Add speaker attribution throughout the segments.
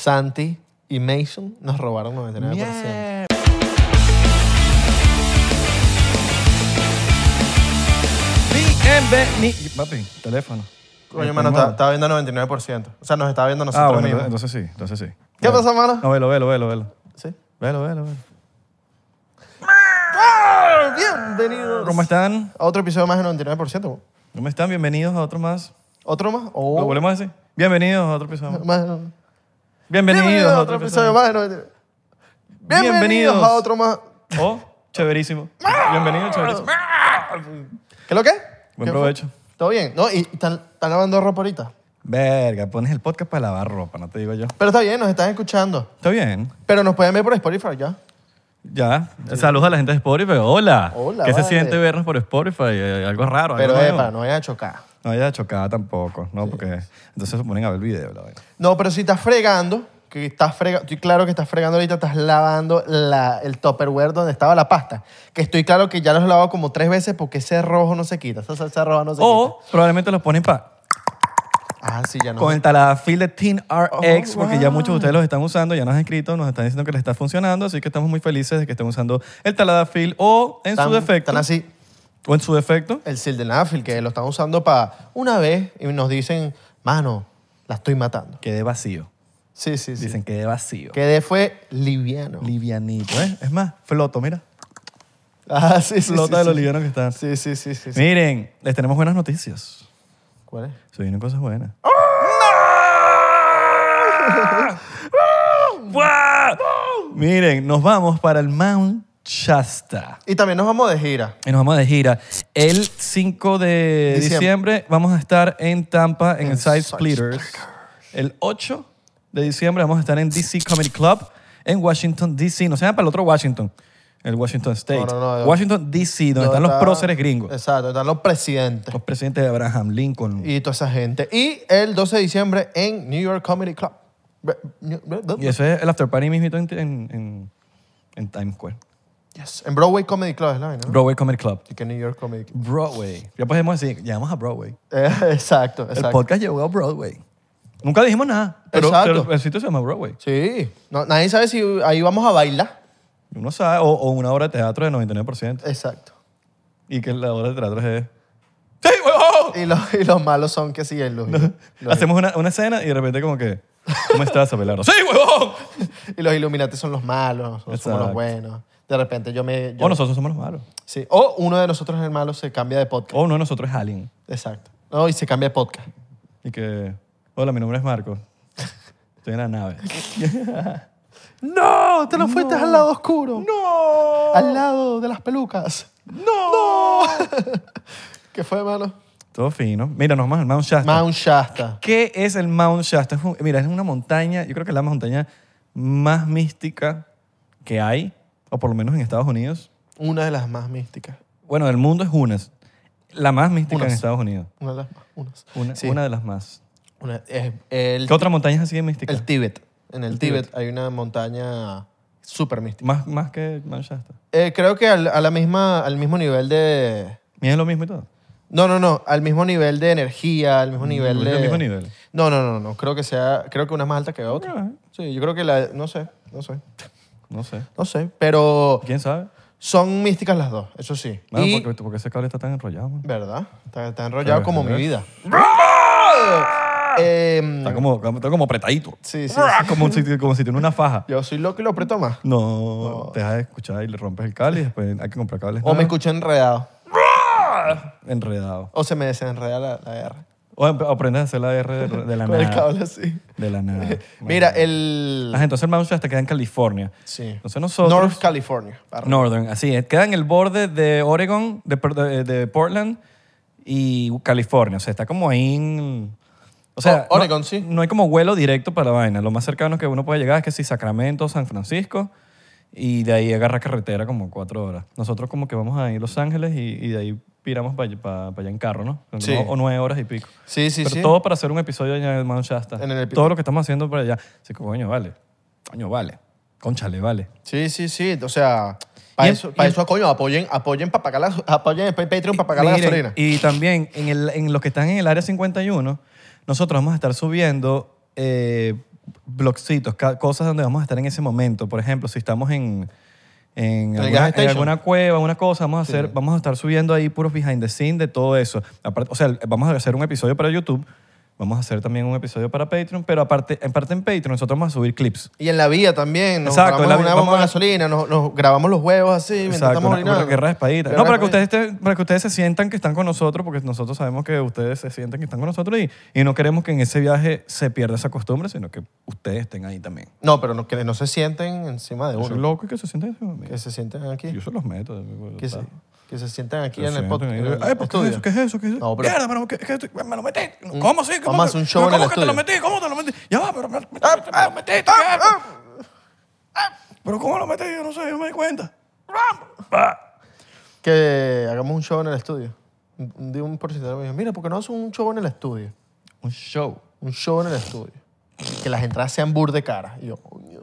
Speaker 1: Santi y Mason nos robaron 99%.
Speaker 2: Mier- Bienvenido. Papi, teléfono.
Speaker 1: Coño, mano, estaba, estaba viendo 99%. O sea, nos estaba viendo nosotros
Speaker 2: Ah, bueno,
Speaker 1: mismos.
Speaker 2: entonces sí, entonces sí.
Speaker 1: ¿Qué
Speaker 2: Vale.
Speaker 1: pasó, mano?
Speaker 2: No, velo, velo, velo, velo.
Speaker 1: Sí.
Speaker 2: Velo, velo, velo.
Speaker 1: Bienvenidos.
Speaker 2: ¿Cómo están?
Speaker 1: A Otro episodio más de 99%. güey.
Speaker 2: ¿Cómo están? Bienvenidos a otro más.
Speaker 1: ¿Otro más?
Speaker 2: ¿Lo
Speaker 1: Oh.
Speaker 2: volvemos a decir? Bienvenidos a otro episodio más.
Speaker 1: Más-
Speaker 2: Bienvenidos,
Speaker 1: Bienvenidos a otro episodio más de 99%. Bienvenidos,
Speaker 2: Bienvenidos.
Speaker 1: a otro más.
Speaker 2: Oh, chéverísimo. Bienvenidos, chéverísimo.
Speaker 1: ¿Qué lo que?
Speaker 2: Buen
Speaker 1: Ah, ¿Qué fue?
Speaker 2: provecho.
Speaker 1: ¿Todo bien? No, y están, están lavando ropa ahorita.
Speaker 2: Verga, pones el podcast para lavar ropa, no te digo yo.
Speaker 1: Pero está bien, nos están escuchando.
Speaker 2: Está bien.
Speaker 1: Pero nos pueden ver por Spotify ya.
Speaker 2: Ya. Saludos a la gente de Spotify. Hola.
Speaker 1: Hola,
Speaker 2: ¿Qué
Speaker 1: vale.
Speaker 2: se siente vernos por Spotify? Eh, algo raro.
Speaker 1: Pero
Speaker 2: algo
Speaker 1: eh,
Speaker 2: nuevo.
Speaker 1: para no vayan a chocar.
Speaker 2: No haya chocado tampoco, ¿no? Porque entonces se ponen a ver el video, la vaina.
Speaker 1: No, pero si estás fregando, que estás fregando, estoy claro que estás fregando ahorita, estás lavando la- el topperware donde estaba la pasta. Que estoy claro que ya los he lavado como tres veces porque ese rojo no se quita, esa salsa roja no se
Speaker 2: O probablemente los ponen para
Speaker 1: quita. Ah, sí, ya no.
Speaker 2: con el talafil de Teen RX,
Speaker 1: Oh,
Speaker 2: porque
Speaker 1: wow.
Speaker 2: ya muchos de ustedes los están usando, ya nos han escrito, nos están diciendo que les está funcionando, así que estamos muy felices de que estén usando el talafil o en
Speaker 1: Están-
Speaker 2: su defecto.
Speaker 1: Están así,
Speaker 2: O en su defecto.
Speaker 1: el sildenafil, que lo están usando para una vez y nos dicen, mano, la estoy matando.
Speaker 2: Quede vacío.
Speaker 1: Sí, sí, sí.
Speaker 2: Dicen quede vacío.
Speaker 1: Que de fue liviano.
Speaker 2: Livianito, ¿eh? Es más, floto, mira.
Speaker 1: ah, sí, sí.
Speaker 2: Flota
Speaker 1: sí,
Speaker 2: de lo
Speaker 1: sí.
Speaker 2: liviano que está.
Speaker 1: Sí, sí, sí, sí. sí.
Speaker 2: Miren, les tenemos buenas noticias.
Speaker 1: ¿Cuál es?
Speaker 2: Se vienen cosas buenas.
Speaker 1: ¡Ah! ¡Ah!
Speaker 2: ¡Guau! ¡Ah! Miren, nos vamos para el Mount Shasta.
Speaker 1: Y también nos vamos de gira.
Speaker 2: Y nos vamos de gira. El 5 de
Speaker 1: Diciembre.
Speaker 2: diciembre, vamos a estar en Tampa, en el Side
Speaker 1: Side
Speaker 2: Splitters. El 8 de diciembre vamos a estar en DC Comedy Club, en Washington, DC. No se vayan para el otro Washington, el Washington State.
Speaker 1: No, no, no.
Speaker 2: Washington, DC, donde están los próceres gringos.
Speaker 1: Exacto, están los presidentes.
Speaker 2: Los presidentes de Abraham Lincoln.
Speaker 1: y toda esa gente. Y el 12 de diciembre en New York Comedy Club.
Speaker 2: Y eso es el after party mismito en, en, en- en Times Square.
Speaker 1: Yes. En Broadway Comedy Club es la vaina, ¿no?
Speaker 2: Broadway Comedy Club.
Speaker 1: Así que New York Comedy Club.
Speaker 2: Broadway. Ya podemos decir, llegamos a Broadway.
Speaker 1: Eh, exacto,
Speaker 2: El
Speaker 1: exacto.
Speaker 2: podcast llegó a Broadway. Nunca dijimos nada, pero,
Speaker 1: Exacto.
Speaker 2: pero el sitio se llama Broadway.
Speaker 1: Sí. No, nadie sabe si ahí vamos a bailar.
Speaker 2: Uno sabe, o, o una obra de teatro de 99%.
Speaker 1: Exacto.
Speaker 2: Y que la obra de teatro es... ¡Sí, huevón!
Speaker 1: Y, los y los malos son que sí, el los, los-
Speaker 2: Hacemos una, una escena y de repente como que... ¿Cómo estás, Abelardo? ¡Sí, huevón!
Speaker 1: Y los Illuminati son los malos, nosotros somos los
Speaker 2: Exacto.
Speaker 1: buenos. De repente yo me... yo-
Speaker 2: O nosotros somos los malos.
Speaker 1: sí. o uno de nosotros es el malo, se cambia de podcast.
Speaker 2: O uno de nosotros es Alien.
Speaker 1: Exacto. No, y se cambia de podcast.
Speaker 2: Y que... Hola, mi nombre es Marco. Estoy en la nave.
Speaker 1: ¡No! Te lo fuiste al lado oscuro.
Speaker 2: ¡No!
Speaker 1: Al lado de las pelucas.
Speaker 2: ¡No!
Speaker 1: ¿Qué fue, hermano?
Speaker 2: Todo fino. Mira, nos vamos al Mount Shasta.
Speaker 1: Mount Shasta.
Speaker 2: ¿Qué es el Mount Shasta? Es un- mira, es una montaña, yo creo que es la montaña más mística que hay, o por lo menos en Estados Unidos.
Speaker 1: Una de las más místicas.
Speaker 2: Bueno, del mundo es una. La más mística
Speaker 1: Unas.
Speaker 2: en Estados Unidos.
Speaker 1: Una de las más. Unas.
Speaker 2: Una,
Speaker 1: Sí.
Speaker 2: una de las más.
Speaker 1: Una- es el,
Speaker 2: ¿Qué otra montaña es así de mística?
Speaker 1: el Tíbet. En el,
Speaker 2: El
Speaker 1: Tíbet.
Speaker 2: Tíbet.
Speaker 1: hay una montaña súper mística.
Speaker 2: Más, más que el Mount Shasta.
Speaker 1: Eh, creo que al, a la misma, al mismo nivel de...
Speaker 2: Mira, es lo mismo y todo.
Speaker 1: No, no, no. Al mismo nivel de energía, al mismo nivel
Speaker 2: es
Speaker 1: de...
Speaker 2: el mismo nivel.
Speaker 1: No, no, no, no. Creo que sea... Creo que una es más alta que otra.
Speaker 2: Ah,
Speaker 1: Sí, yo creo que la... No sé, no sé.
Speaker 2: No sé.
Speaker 1: No sé, pero
Speaker 2: ¿Quién sabe?
Speaker 1: son místicas las dos, eso sí.
Speaker 2: Mano,
Speaker 1: y,
Speaker 2: ¿por, qué, por qué ese cable está tan enrollado? man?
Speaker 1: ¿Verdad? Está, está enrollado
Speaker 2: Claro,
Speaker 1: como mi
Speaker 2: ¿verdad?
Speaker 1: vida. Em,
Speaker 2: Está como, está como apretadito.
Speaker 1: Sí, sí,
Speaker 2: Ra, Como, si, como si tiene una faja.
Speaker 1: Yo soy loco y lo aprieto más.
Speaker 2: No, te dejas de escuchar y le rompes el cable y después hay que comprar cables
Speaker 1: O me
Speaker 2: nuevos.
Speaker 1: escucho enredado.
Speaker 2: enredado.
Speaker 1: O se me desenreda la, la R.
Speaker 2: O em- aprendes a hacer la R de, de la
Speaker 1: Con el
Speaker 2: nada.
Speaker 1: cable así.
Speaker 2: De la nada.
Speaker 1: Mira,
Speaker 2: Ah,
Speaker 1: el.
Speaker 2: entonces el Mount Shasta queda en California.
Speaker 1: Sí.
Speaker 2: Entonces nosotros...
Speaker 1: North California. barra.
Speaker 2: Northern, así es. Queda en el borde de Oregon, de, Por- de- de Portland y California. O sea, está como ahí en... O sea,
Speaker 1: O-
Speaker 2: no-
Speaker 1: Oregon, sí.
Speaker 2: No hay como vuelo directo para la vaina. Lo más cercano que uno puede llegar es que sí, Sacramento, San Francisco, y de ahí agarra carretera como cuatro horas. Nosotros como que vamos a ir a Los Ángeles y, y de ahí piramos para allá en carro, ¿no?
Speaker 1: Sí.
Speaker 2: O nueve horas y pico.
Speaker 1: Sí, sí,
Speaker 2: Pero
Speaker 1: sí.
Speaker 2: todo para hacer un episodio allá en el Mount Shasta.
Speaker 1: En el epi-
Speaker 2: todo lo que estamos haciendo para allá. Así que, coño, vale. Coño, vale. Conchale, vale.
Speaker 1: Sí, sí, sí. O sea, para
Speaker 2: Y-
Speaker 1: eso, pa'
Speaker 2: y-
Speaker 1: eso, coño, apoyen, apoyen para pagar la, apoyen el Patreon para pagar la
Speaker 2: Miren,
Speaker 1: gasolina.
Speaker 2: Y también en, el- en los que están en el área 51, nosotros vamos a estar subiendo eh, blogcitos, ca- cosas donde vamos a estar en ese momento. Por ejemplo, si estamos en, en,
Speaker 1: El
Speaker 2: alguna,
Speaker 1: gas
Speaker 2: en
Speaker 1: station.
Speaker 2: alguna cueva, una cosa, vamos a hacer,
Speaker 1: Sí.
Speaker 2: vamos a estar subiendo ahí puros behind the scene de todo eso. Aparte, o sea, vamos a hacer un episodio para YouTube, vamos a hacer también un episodio para Patreon, pero aparte, en parte en Patreon nosotros vamos a subir clips.
Speaker 1: Y en la vía también. Nos paramos
Speaker 2: Exacto, en la
Speaker 1: en
Speaker 2: vía,
Speaker 1: una bomba de
Speaker 2: vamos a-
Speaker 1: gasolina, nos, nos grabamos los huevos así, mientras
Speaker 2: Exacto,
Speaker 1: estamos
Speaker 2: una, una
Speaker 1: orinando.
Speaker 2: guerra de espaditas.
Speaker 1: Guerra
Speaker 2: No,
Speaker 1: de
Speaker 2: para que, ustedes
Speaker 1: espaditas.
Speaker 2: estén- para que ustedes se sientan que están con nosotros, porque nosotros sabemos que ustedes se sienten que están con nosotros y, y no queremos que en ese viaje se pierda esa costumbre, sino que ustedes estén ahí también.
Speaker 1: No, pero no, que no se sienten encima de
Speaker 2: Yo soy
Speaker 1: uno.
Speaker 2: loco y que se sienten encima de mí.
Speaker 1: Que se sienten aquí.
Speaker 2: Yo se los meto. yo-
Speaker 1: Que se,
Speaker 2: tal.
Speaker 1: que se sientan aquí
Speaker 2: Se
Speaker 1: en el
Speaker 2: sientan
Speaker 1: podcast.
Speaker 2: ahí,
Speaker 1: en el
Speaker 2: "Ay, ¿por ¿Qué es
Speaker 1: estudio.
Speaker 2: eso? ¿Qué es eso? ¿Qué es eso?
Speaker 1: No, pero- Mm.
Speaker 2: Mierda, pero ¿qué- qué- qué- me lo metí. ¿Cómo así? ¿Cómo
Speaker 1: vamos a
Speaker 2: que-
Speaker 1: hacer un show en
Speaker 2: ¿Cómo
Speaker 1: el
Speaker 2: que te
Speaker 1: estudio?
Speaker 2: lo
Speaker 1: Ah,
Speaker 2: metí? ¿Cómo te lo metí? Ya va, pero me, me- me lo metí. ¿qué hago? ¿Pero cómo lo metí? Yo no sé, yo me di cuenta.
Speaker 1: Que hagamos un show en el estudio. Un- un día un porcentaje me dijo, mira, ¿por qué no haces un show en el estudio?
Speaker 2: Un show.
Speaker 1: Un show en el estudio. Que las entradas sean bur de cara. Y yo, coño,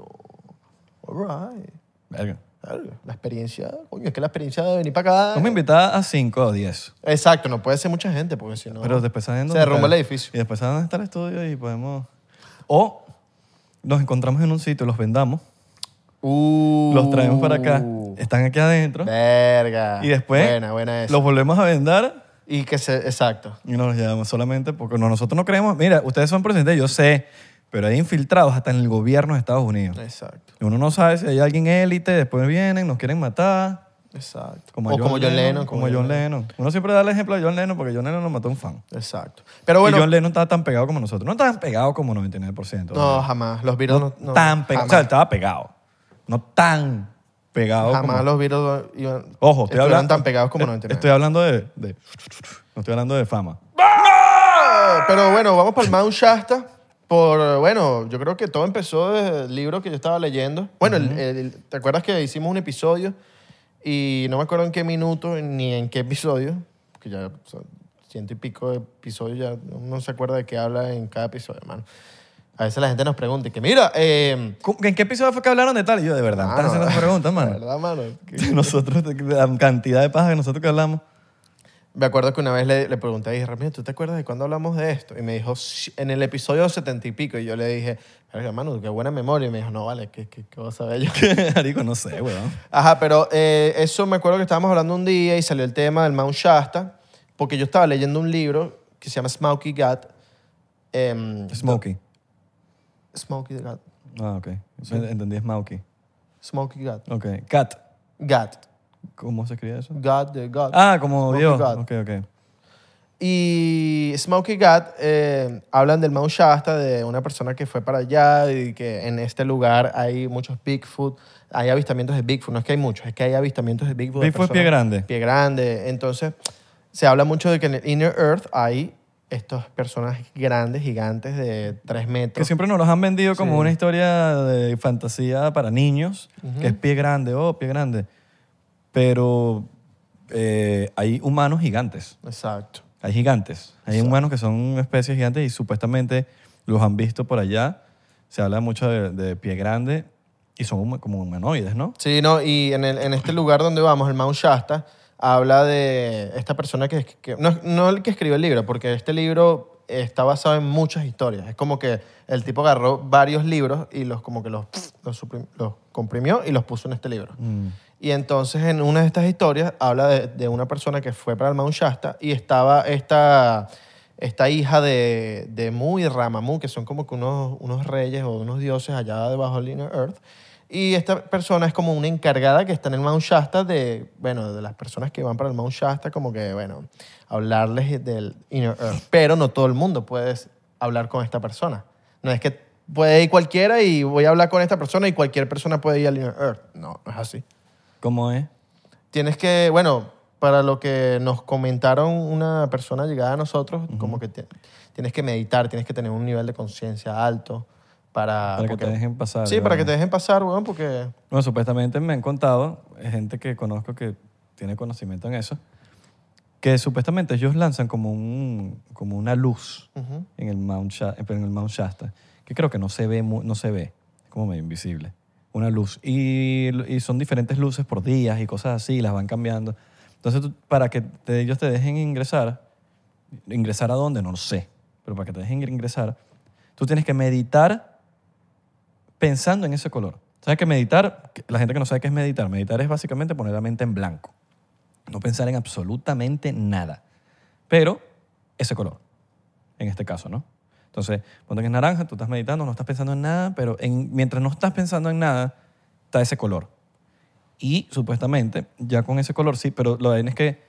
Speaker 1: all right.
Speaker 2: Verga.
Speaker 1: Claro, La experiencia, coño, es que la experiencia de venir para
Speaker 2: Tú me
Speaker 1: acá.
Speaker 2: invitabas a 5 o 10.
Speaker 1: Exacto, no puede ser mucha gente porque si no.
Speaker 2: Pero después sabes
Speaker 1: Se
Speaker 2: en dónde
Speaker 1: derrumba
Speaker 2: está-
Speaker 1: el edificio.
Speaker 2: Y después sabes dónde está el estudio y podemos... O nos encontramos en un sitio, los vendamos,
Speaker 1: Uh,
Speaker 2: los traemos para acá, están aquí adentro
Speaker 1: Verga.
Speaker 2: y después
Speaker 1: Buena, buena esa.
Speaker 2: los volvemos a vendar
Speaker 1: Y que se. Exacto.
Speaker 2: y nos los llevamos solamente porque no- nosotros no creemos... Mira, ustedes son presidentes, yo sé, pero hay infiltrados hasta en el gobierno de Estados Unidos.
Speaker 1: Exacto.
Speaker 2: Uno no sabe si hay alguien élite, después vienen, nos quieren matar.
Speaker 1: Exacto.
Speaker 2: Como
Speaker 1: o
Speaker 2: John
Speaker 1: como John Lennon.
Speaker 2: Como John Lennon. Uno siempre da el ejemplo de John Lennon porque John Lennon nos mató a un fan.
Speaker 1: Exacto. Pero bueno.
Speaker 2: y John Lennon estaba tan pegado como nosotros. No tan pegado como 99%.
Speaker 1: No, jamás. Los Beatles no. no,
Speaker 2: tan pegado. O sea,
Speaker 1: jamás.
Speaker 2: él estaba pegado. No tan pegado
Speaker 1: Jamás
Speaker 2: como...
Speaker 1: los Beatles iban,
Speaker 2: Ojo, estoy
Speaker 1: estuvieron
Speaker 2: hablando...
Speaker 1: tan pegados como
Speaker 2: eh,
Speaker 1: 99.
Speaker 2: Estoy hablando de, de- No estoy hablando de fama.
Speaker 1: Ah, Pero bueno, vamos para el Mount Shasta. Por, bueno, yo creo que todo empezó desde el libro que yo estaba leyendo. Bueno, el- el- ¿te acuerdas que hicimos un episodio? Y no me acuerdo en qué minuto ni en qué episodio, que ya son ciento y pico de episodios, ya no se acuerda de qué habla en cada episodio, hermano. A veces la gente nos pregunta y que, mira, eh,
Speaker 2: ¿Cómo- ¿En qué episodio fue que hablaron de tal? Y yo, de verdad, me estás
Speaker 1: Mano,
Speaker 2: haciendo esa pregunta,
Speaker 1: la
Speaker 2: man.
Speaker 1: verdad, mano, que-
Speaker 2: Nosotros, la cantidad de paja que nosotros que hablamos.
Speaker 1: Me acuerdo que una vez le, le pregunté a Isra, mira, ¿tú te acuerdas de cuándo hablamos de esto? Y me dijo, "Sí, en el episodio setenta y pico. Y yo le dije, "Verga, hermano, qué buena memoria. Y me dijo, no, vale, ¿qué, qué, qué vas a saber yo?
Speaker 2: Arico, no sé, weón.
Speaker 1: Ajá, pero eh, eso me acuerdo que estábamos hablando un día y salió el tema del Mount Shasta, porque yo estaba leyendo un libro que se llama Smokey Gat. em,
Speaker 2: Smokey.
Speaker 1: Smokey the Gat.
Speaker 2: Ah, ok. Entendí, Smokey.
Speaker 1: Smokey Gat.
Speaker 2: Ok. Cat.
Speaker 1: Gat.
Speaker 2: ¿Cómo se escribe eso?
Speaker 1: Gat de Gat.
Speaker 2: Ah, como
Speaker 1: Smokey
Speaker 2: Dios.
Speaker 1: Gat.
Speaker 2: Ok, ok.
Speaker 1: Y Smokey Gat eh, hablan del Mount Shasta, de una persona que fue para allá y que en este lugar hay muchos Bigfoot, hay avistamientos de Bigfoot, no es que hay muchos, es que hay avistamientos de Bigfoot. de
Speaker 2: Bigfoot es
Speaker 1: personas-
Speaker 2: pie grande.
Speaker 1: Pie grande. Entonces, se habla mucho de que en el Inner Earth hay estas personas grandes, gigantes de 3
Speaker 2: Que
Speaker 1: metros.
Speaker 2: siempre nos los han vendido como una historia de fantasía para niños, que es pie grande, oh, pie grande. Pero eh, hay humanos gigantes,
Speaker 1: Exacto.
Speaker 2: hay gigantes. Hay humanos que son especies gigantes y supuestamente los han visto por allá. Se habla mucho de, de pie grande y son huma- como humanoides, ¿no?
Speaker 1: Sí, no, y en, el- en este lugar donde vamos, el Mount Shasta, habla de esta persona que, que- no, no el que escribió el libro, porque este libro está basado en muchas historias. Es como que el tipo agarró varios libros y los como que los, los, suprim- los comprimió y los puso en este libro. Y entonces en una de estas historias habla de, de una persona que fue para el Mount Shasta y estaba esta, esta hija de, de Mu y Ramamu, que son como que unos, unos reyes o unos dioses allá debajo del Inner Earth. Y esta persona es como una encargada que está en el Mount Shasta de, bueno, de las personas que van para el Mount Shasta, como que, bueno, hablarles del Inner Earth. Pero no todo el mundo puede hablar con esta persona. No es que puede ir cualquiera y voy a hablar con esta persona y cualquier persona puede ir al Inner Earth. No, no es así
Speaker 2: ¿Cómo es?
Speaker 1: tienes que, bueno, para lo que nos comentaron una persona llegada a nosotros, como que te- tienes que meditar, tienes que tener un nivel de conciencia alto para...
Speaker 2: Para que
Speaker 1: Ah, porque-
Speaker 2: te dejen pasar.
Speaker 1: Sí, para
Speaker 2: ¿verdad?
Speaker 1: que te dejen pasar, weón, porque...
Speaker 2: Bueno, supuestamente me han contado, eh, gente que conozco que tiene conocimiento en eso, que supuestamente ellos lanzan como, un, como una luz
Speaker 1: Ujú.
Speaker 2: en, el Mount Sha- eh, pero en el Mount Shasta, que creo que no se ve, mu- no se ve, es como medio invisible, una luz. Y, y son diferentes luces por días y cosas así, y las van cambiando. Entonces, tú- para que te- ellos te dejen ingresar, ¿ingresar a dónde? No lo sé, pero para que te dejen ingresar, tú tienes que meditar pensando en ese color. ¿Sabes que meditar, que la gente que no sabe qué es meditar, meditar es básicamente poner la mente en blanco, no pensar en absolutamente nada, pero ese color, en este caso, ¿no? Entonces, ponte que es naranja, tú estás meditando, no estás pensando en nada, pero en- mientras no estás pensando en nada, está ese color. Y supuestamente, ya con ese color sí, pero lo de es que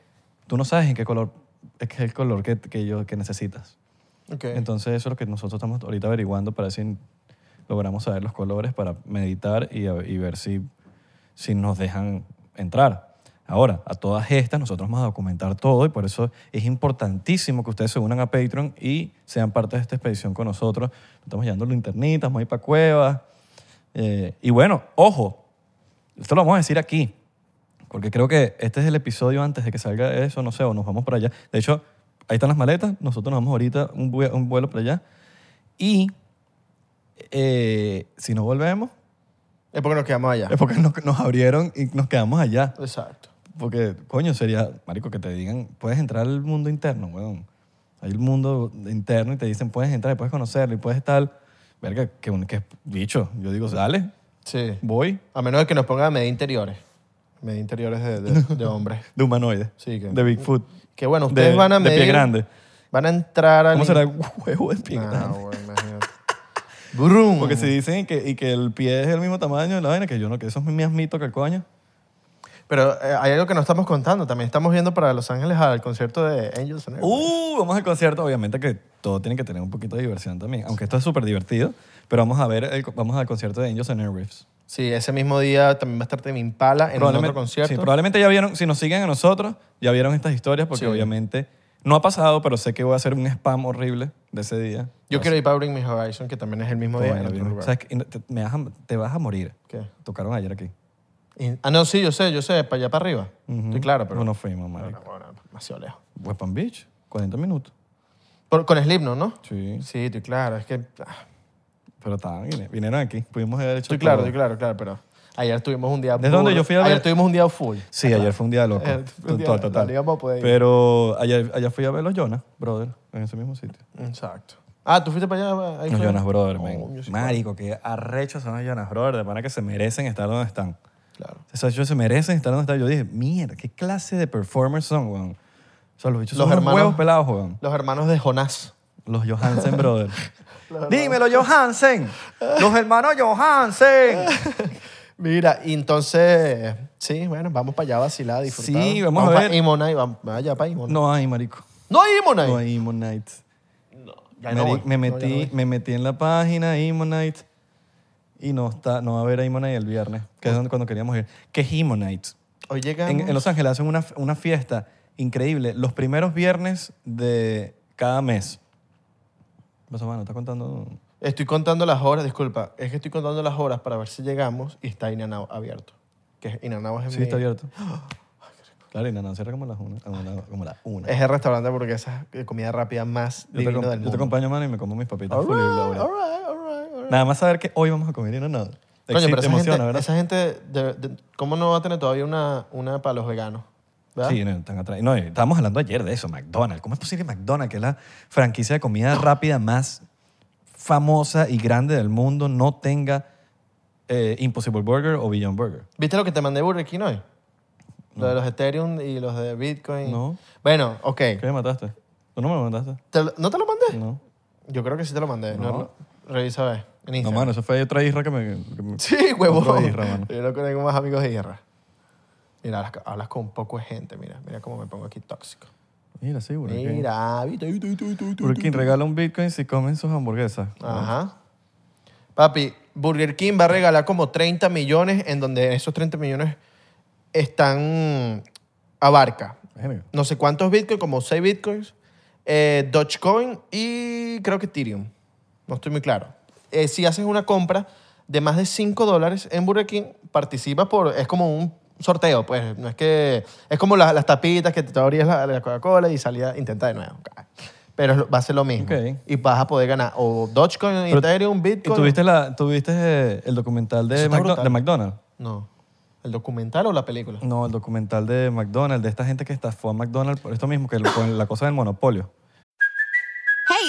Speaker 2: tú no sabes en qué color es que es el color que, que, yo, que necesitas.
Speaker 1: Ok.
Speaker 2: Entonces eso es lo que nosotros estamos ahorita averiguando para ver si logramos saber los colores para meditar y, a- y ver si, si nos dejan entrar. Ahora, a todas estas nosotros vamos a documentar todo y por eso es importantísimo que ustedes se unan a Patreon y sean parte de esta expedición con nosotros. Estamos llevando linternitas, vamos a ir para cuevas. Eh, y bueno, ojo, esto lo vamos a decir aquí, porque creo que este es el episodio antes de que salga eso, no sé, o nos vamos para allá. De hecho, ahí están las maletas, nosotros nos vamos ahorita un, vue- un vuelo para allá. Y eh, si no volvemos,
Speaker 1: es porque nos quedamos allá.
Speaker 2: es porque nos, nos abrieron y nos quedamos allá.
Speaker 1: Exacto.
Speaker 2: Porque, coño, sería, marico, que te digan, puedes entrar al mundo interno, weón. Hay el mundo interno y te dicen, puedes entrar y puedes conocerlo y puedes estar... Verga, que, un- que bicho. Yo digo, dale,
Speaker 1: Sí.
Speaker 2: voy
Speaker 1: A menos de que nos pongan a medir interiores. Medir interiores de, de, de hombres.
Speaker 2: de humanoide,
Speaker 1: Sí, que-
Speaker 2: de Bigfoot.
Speaker 1: Que bueno, ustedes
Speaker 2: de,
Speaker 1: van a
Speaker 2: de
Speaker 1: medir...
Speaker 2: pie grande.
Speaker 1: Van a entrar al...
Speaker 2: ¿Cómo
Speaker 1: in-
Speaker 2: será el huevo de pie
Speaker 1: Nah,
Speaker 2: grande?
Speaker 1: güey, imagínate. Brum.
Speaker 2: Porque si dicen que, y que el pie es el mismo tamaño de la vaina, que yo no, que eso es mi asmito que el coño.
Speaker 1: Pero eh, hay algo que no estamos contando. También estamos viendo para Los Ángeles al concierto de Angels and Airwaves.
Speaker 2: Uh, vamos al concierto, obviamente que todo tiene que tener un poquito de diversión también, aunque esto es súper divertido, pero vamos a ver, el- vamos al concierto de Angels and Airwaves.
Speaker 1: Sí, ese mismo día también va a estar Tame Impala en un otro concierto.
Speaker 2: sí, probablemente ya vieron, si nos siguen a nosotros, ya vieron estas historias, porque
Speaker 1: Sí.
Speaker 2: obviamente no ha pasado, pero sé que voy a hacer un spam horrible de ese día.
Speaker 1: Yo quiero ir para Bring Me Horizon, que también es el mismo día. en
Speaker 2: Oh, Bueno,
Speaker 1: otro
Speaker 2: bien.
Speaker 1: lugar.
Speaker 2: ¿Sabes qué? Y no- te, me vas a- te vas a morir.
Speaker 1: ¿Qué?
Speaker 2: Tocaron ayer aquí.
Speaker 1: Y- Ah, no, sí, yo sé, yo sé, para allá para arriba. Estoy claro, pero...
Speaker 2: No, no fuimos, marico.
Speaker 1: Bueno, bueno, demasiado lejos.
Speaker 2: West Palm Beach, 40 minutos.
Speaker 1: Por- con Slipknot, ¿no?
Speaker 2: Sí.
Speaker 1: Sí, estoy claro, es que... ah,
Speaker 2: Pero estaban, vine- vinieron aquí. Pudimos haber hecho
Speaker 1: Estoy claro,
Speaker 2: todo.
Speaker 1: estoy claro, claro, pero ayer tuvimos un día...
Speaker 2: ¿De dónde
Speaker 1: burro.
Speaker 2: yo fui a ver?
Speaker 1: Ayer tuvimos un día full.
Speaker 2: Sí, ayer fue un día loco.
Speaker 1: Eh, fue un día
Speaker 2: total,
Speaker 1: loco,
Speaker 2: total.
Speaker 1: no íbamos a poder ir.
Speaker 2: Pero ayer, ayer fui a ver los Jonas, brother, en ese mismo sitio.
Speaker 1: Exacto. Ah, ¿tú fuiste para allá? Ahí
Speaker 2: Los
Speaker 1: fue?
Speaker 2: Jonas Brothers, men.
Speaker 1: Coño, sí,
Speaker 2: Marico, qué arrechos son los Jonas Brothers. De pana que se merecen estar donde están.
Speaker 1: Claro.
Speaker 2: Esos bichos se merecen estar donde están. Yo dije, mierda, qué clase de performers son, weón. O sea, los bichos
Speaker 1: Los
Speaker 2: son unos
Speaker 1: hermanos-
Speaker 2: huevos pelados, weón.
Speaker 1: Los hermanos de Jonás.
Speaker 2: Los Johansen Brothers. Dímelo, Johansen. Los hermanos Johansen.
Speaker 1: Mira, y entonces, sí, bueno, vamos para allá a vacilar, a disfrutar.
Speaker 2: Sí, vamos a ver.
Speaker 1: Para Imona y vamos allá para Imona. No,
Speaker 2: No hay, marico.
Speaker 1: hay Imona.
Speaker 2: No hay Imonite.
Speaker 1: Ya
Speaker 2: me,
Speaker 1: no
Speaker 2: di-
Speaker 1: voy.
Speaker 2: me
Speaker 1: No, ya
Speaker 2: metí,
Speaker 1: no voy.
Speaker 2: me metí en la página Imonite y no, está, no va a haber Imonite el viernes, que es donde, cuando queríamos ir. ¿Qué es Imonite?
Speaker 1: Hoy llegamos.
Speaker 2: En, en Los Ángeles hacen una, una fiesta increíble los primeros viernes de cada mes. ¿Qué Pasa, mano, ¿estás contando?
Speaker 1: Estoy contando las horas, disculpa, es que estoy contando las horas para ver si llegamos y está Inanao abierto. Que es- Inanao es
Speaker 2: Sí,
Speaker 1: mi-
Speaker 2: está abierto. Claro, y nada, cierra como las una. como la- como las una.
Speaker 1: Es el restaurante porque esa es comida rápida más
Speaker 2: Yo te,
Speaker 1: divino
Speaker 2: acom-
Speaker 1: del
Speaker 2: yo te
Speaker 1: mundo.
Speaker 2: acompaño, mano, y me como mis papitas.
Speaker 1: All
Speaker 2: full y
Speaker 1: right,
Speaker 2: doble.
Speaker 1: all right, all right, all right.
Speaker 2: Nada más saber que hoy vamos a comer y no nada.
Speaker 1: Coño,
Speaker 2: Exi-
Speaker 1: pero esa
Speaker 2: te emociona,
Speaker 1: gente,
Speaker 2: ¿verdad?
Speaker 1: esa gente de- de- ¿cómo no va a tener todavía una, una para los veganos? ¿Verdad?
Speaker 2: Sí, no, están atrás. No, estábamos hablando ayer de eso, McDonald's. ¿Cómo es posible que McDonald's, que es la franquicia de comida rápida más famosa y grande del mundo, no tenga eh, Impossible Burger o Beyond Burger?
Speaker 1: ¿Viste lo que te mandé Burger King hoy? Lo de los Ethereum y los de Bitcoin.
Speaker 2: No.
Speaker 1: Bueno, ok.
Speaker 2: ¿Qué me mataste? ¿Tú no me lo mandaste?
Speaker 1: ¿Te lo- ¿No te lo mandé?
Speaker 2: No.
Speaker 1: Yo creo que sí te lo mandé. No.
Speaker 2: No.
Speaker 1: no. Revisa a ver. En
Speaker 2: No,
Speaker 1: Instagram.
Speaker 2: mano, eso fue otra isra que me... que me-
Speaker 1: Sí, huevón.
Speaker 2: Otro de Isra, mano.
Speaker 1: Yo no conozco más amigos de guerra. Mira, hablas- hablas con un poco de gente, mira. Mira cómo me pongo aquí tóxico.
Speaker 2: Mira, sí, Burger King.
Speaker 1: Mira, viste, viste, viste, viste, viste,
Speaker 2: Burger King
Speaker 1: viste.
Speaker 2: regala un Bitcoin si comen sus hamburguesas.
Speaker 1: Ajá. Papi, Burger King va a regalar como 30 millones en donde esos 30 millones están abarca.
Speaker 2: Verga.
Speaker 1: No sé cuántos bitcoins, como 6 bitcoins, eh, Dogecoin y creo que Ethereum. No estoy muy claro. Eh, si haces una compra de más de 5 dólares en Burger King, participas por... Es como un sorteo, pues. No es que... Es como la- las tapitas que te abrías la, la Coca-Cola y salía... Intenta de nuevo. Pero es lo- va a ser lo mismo.
Speaker 2: Ok.
Speaker 1: Y vas a poder ganar o Dogecoin,
Speaker 2: Pero-
Speaker 1: Ethereum,
Speaker 2: ¿Y
Speaker 1: Bitcoin...
Speaker 2: tuviste, la, tuviste eh, el documental
Speaker 1: Eso
Speaker 2: de,
Speaker 1: está
Speaker 2: McDo-
Speaker 1: brutal.
Speaker 2: de McDonald's?
Speaker 1: No. ¿El documental o la película?
Speaker 2: No, el documental de McDonald's, de esta gente que estafó a McDonald's por esto mismo, que lo- con la cosa del monopolio.
Speaker 3: Hey,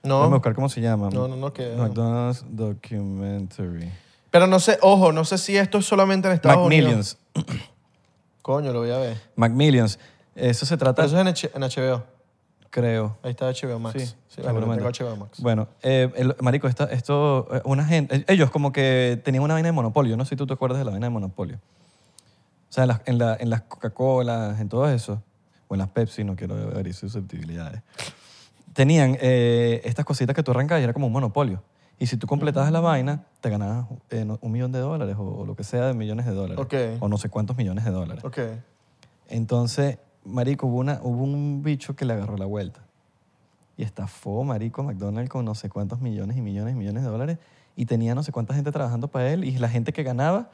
Speaker 2: Déjame
Speaker 1: No,
Speaker 2: buscar cómo se llama.
Speaker 1: No, no, no, que-
Speaker 2: McDonald's Documentary.
Speaker 1: pero no sé, ojo, no sé si esto es solamente en Estados Unidos.
Speaker 2: Macmillions.
Speaker 1: Coño, lo voy a ver.
Speaker 2: Macmillions. Eso se trata,
Speaker 1: Pero eso es en, H- en HBO.
Speaker 2: creo.
Speaker 1: Ahí está HBO Max. Sí, bueno, yo
Speaker 2: seguramente.
Speaker 1: tengo HBO Max.
Speaker 2: Bueno, eh, el- marico, esta- esto, eh, una gente, eh, ellos como que tenían una vaina de monopolio, no sé si tú te acuerdas de la vaina de monopolio. O sea, en las, en la- en las Coca-Colas, en todo eso, o en las Pepsi, no quiero abrir susceptibilidades. Tenían eh, estas cositas que tú arrancabas y era como un monopolio. Y si tú completabas la vaina, te ganabas eh, no- un millón de dólares o, o lo que sea de millones de dólares.
Speaker 1: Ok.
Speaker 2: O no sé cuántos millones de dólares.
Speaker 1: Ok.
Speaker 2: Entonces, marico, hubo, una, hubo un bicho que le agarró la vuelta. Y estafó, marico, a McDonald's con no sé cuántos millones y millones y millones de dólares. Y tenía no sé cuánta gente trabajando para él. Y la gente que ganaba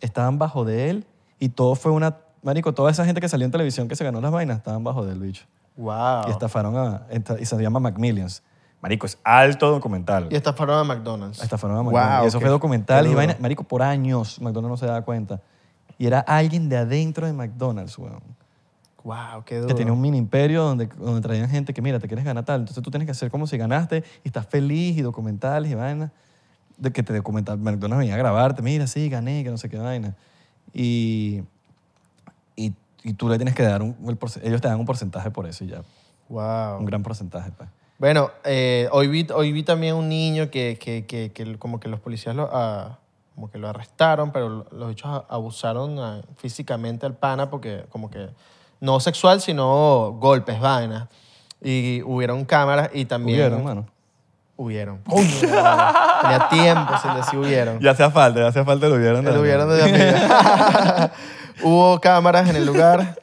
Speaker 2: estaban bajo de él. Y todo fue una... Marico, toda esa gente que salió en televisión que se ganó las vainas estaban bajo del bicho.
Speaker 1: Wow.
Speaker 2: Y estafaron a... esta- Y se llama Macmillions. Marico, es alto documental.
Speaker 1: Y estafaron a McDonald's.
Speaker 2: Estafaron a
Speaker 1: Wow,
Speaker 2: McDonald's. y eso
Speaker 1: qué-
Speaker 2: fue documental
Speaker 1: qué
Speaker 2: y
Speaker 1: duro.
Speaker 2: vaina. Marico, por años McDonald's no se daba cuenta. Y era alguien de adentro de McDonald's, weón
Speaker 1: Wow, qué duro.
Speaker 2: que tiene un mini imperio donde, donde traían gente que, mira, te quieres ganar tal. Entonces tú tienes que hacer como si ganaste y estás feliz y documentales y vaina. De que te documental, McDonald's venía a grabarte, mira, sí, gané, que no sé qué vaina. Y, y, y tú le tienes que dar un. el porce- ellos te dan un porcentaje por eso y ya.
Speaker 1: Wow.
Speaker 2: Un gran porcentaje, pues.
Speaker 1: Bueno, eh, hoy, vi, hoy vi también un niño que, que, que, que como que los policías lo, ah, como que lo arrestaron, pero lo- los hechos a- abusaron ah, físicamente al pana porque como que no sexual, sino golpes, vainas. Y hubieron cámaras y también...
Speaker 2: Hubieron, mano.
Speaker 1: Hubieron. Tenía tiempo sin decir hubieron.
Speaker 2: Ya hacía falta, ya hacía falta lo hubieron.
Speaker 1: Lo hubieron desde arriba. Hubo cámaras en el lugar.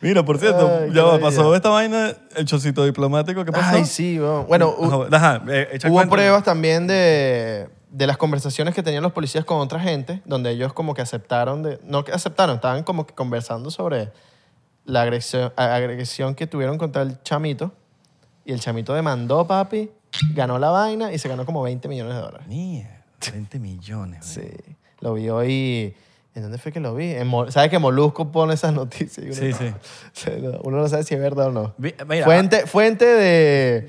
Speaker 2: Mira, por
Speaker 1: cierto, Ay, ya qué va, pasó maravilla.
Speaker 2: esta vaina, el chocito diplomático, ¿qué
Speaker 1: Ay, sí, weón. Bueno, hu-
Speaker 2: eh,
Speaker 1: Hubo pruebas también de, de las conversaciones que tenían los policías con otra gente, donde ellos como que aceptaron, de, no que aceptaron, estaban como que conversando sobre la agresión, a- agresión que tuvieron contra el chamito. Y el chamito demandó, papi, ganó la vaina y se ganó como 20 millones de dólares.
Speaker 2: Mierda, 20 millones.
Speaker 1: Sí, lo vi hoy. ¿En dónde fue que lo vi? En Mo- ¿Sabes que Molusco pone esas noticias? y uno
Speaker 2: Sí,
Speaker 1: no-
Speaker 2: sí.
Speaker 1: se- no- Uno no sabe si es verdad o no.
Speaker 2: Vi- mira,
Speaker 1: fuente fuente de,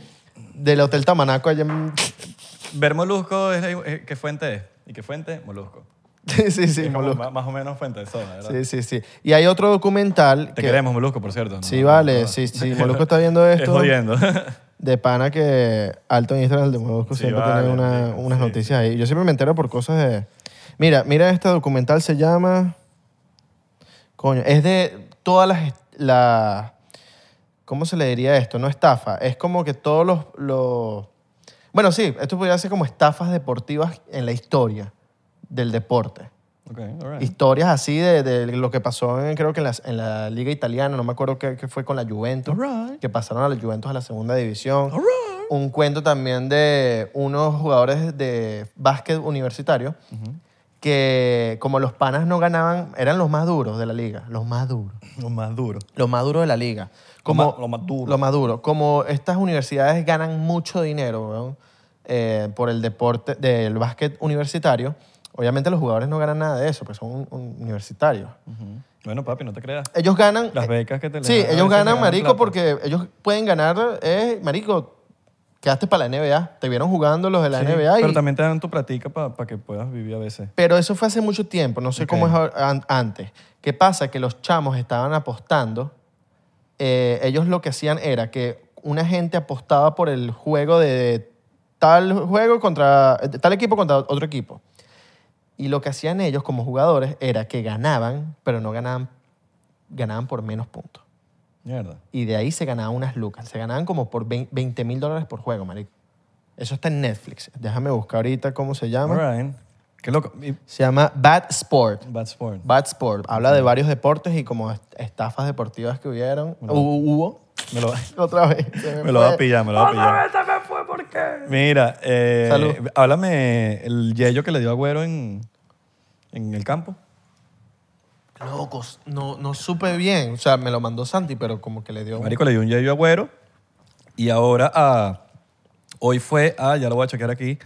Speaker 1: del Hotel Tamanaco allá en...
Speaker 2: Ver molusco es eh, qué fuente es. ¿Y qué fuente? Molusco.
Speaker 1: Sí, sí, sí,
Speaker 2: Es como
Speaker 1: Molusco.
Speaker 2: ma- Más o menos fuente de soda, ¿verdad?
Speaker 1: Sí, sí, sí. Y hay otro documental
Speaker 2: Te
Speaker 1: que...
Speaker 2: queremos, Molusco, por cierto. ¿no?
Speaker 1: Sí,
Speaker 2: No,
Speaker 1: vale.
Speaker 2: no.
Speaker 1: Sí, sí. Molusco está viendo
Speaker 2: Es
Speaker 1: esto.
Speaker 2: jodiendo.
Speaker 1: de pana que Alto en Instagram, el de Molusco,
Speaker 2: Sí,
Speaker 1: siempre
Speaker 2: vale,
Speaker 1: tiene una-
Speaker 2: marico,
Speaker 1: unas
Speaker 2: sí,
Speaker 1: noticias ahí. Yo siempre me entero por cosas de... Mira, mira este documental, se llama... Coño, es de todas las... la- ¿Cómo se le diría esto? No estafa. Es como que todos los... los- Bueno, sí, esto podría ser como estafas deportivas en la historia del deporte
Speaker 2: ok, all right.
Speaker 1: historias así de, de lo que pasó en, creo que en la, en la liga italiana, no me acuerdo qué, qué fue con la Juventus,
Speaker 2: Alright.
Speaker 1: que pasaron a la Juventus a la segunda división.
Speaker 2: Alright.
Speaker 1: Un cuento también de unos jugadores de básquet universitario que como los panas no ganaban, eran los más duros de la liga, los más duros.
Speaker 2: Lo más duro.
Speaker 1: Los más duros de la liga. Como,
Speaker 2: más- lo más duro.
Speaker 1: Lo más duro. Como estas universidades ganan mucho dinero weón, eh, por el deporte del básquet universitario, obviamente los jugadores no ganan nada de eso, porque son un- un universitarios.
Speaker 2: Ujú. Bueno, papi, no te creas.
Speaker 1: Ellos ganan... e-
Speaker 2: Las becas que te le
Speaker 1: Sí,
Speaker 2: dan, a
Speaker 1: ellos
Speaker 2: veces
Speaker 1: ganan,
Speaker 2: ganan
Speaker 1: marico,
Speaker 2: plata.
Speaker 1: porque ellos pueden ganar... eh, marico, quedaste para la NBA. Te vieron jugando los de la
Speaker 2: Sí,
Speaker 1: NBA y-
Speaker 2: Pero también te dan tu platica para que puedas vivir a veces.
Speaker 1: pero eso fue hace mucho tiempo, no sé cómo es ahora- an- antes. ¿Qué pasa? Que los chamos estaban apostando. eh, ellos lo que hacían era que una gente apostaba por el juego de tal juego contra de tal equipo contra otro equipo. Y lo que hacían ellos como jugadores era que ganaban, pero no ganaban, ganaban por menos puntos.
Speaker 2: Mierda.
Speaker 1: Y de ahí se ganaban unas lucas. Se ganaban como por 20 mil dólares por juego, marico. Eso está en Netflix. Déjame buscar ahorita cómo se llama.
Speaker 2: All right. Qué loco. Y-
Speaker 1: Se llama Bad Sport.
Speaker 2: Bad sport.
Speaker 1: Bad Sport. Habla de varios deportes y como est- estafas deportivas que hubieron. Hubo.
Speaker 2: Me lo,
Speaker 1: Otra vez. se
Speaker 2: me lo va a
Speaker 1: fue.
Speaker 2: pillar, me lo va a pillar. ¿por qué? Mira, eh,
Speaker 1: Salud.
Speaker 2: háblame el yello que le dio Agüero en, en el campo.
Speaker 1: Locos, no, no supe bien. O sea, me lo mandó Santi, pero como que le dio... un-
Speaker 2: Marico le dio un yello a Agüero y ahora a... Hoy fue a... Ya lo voy a chequear aquí.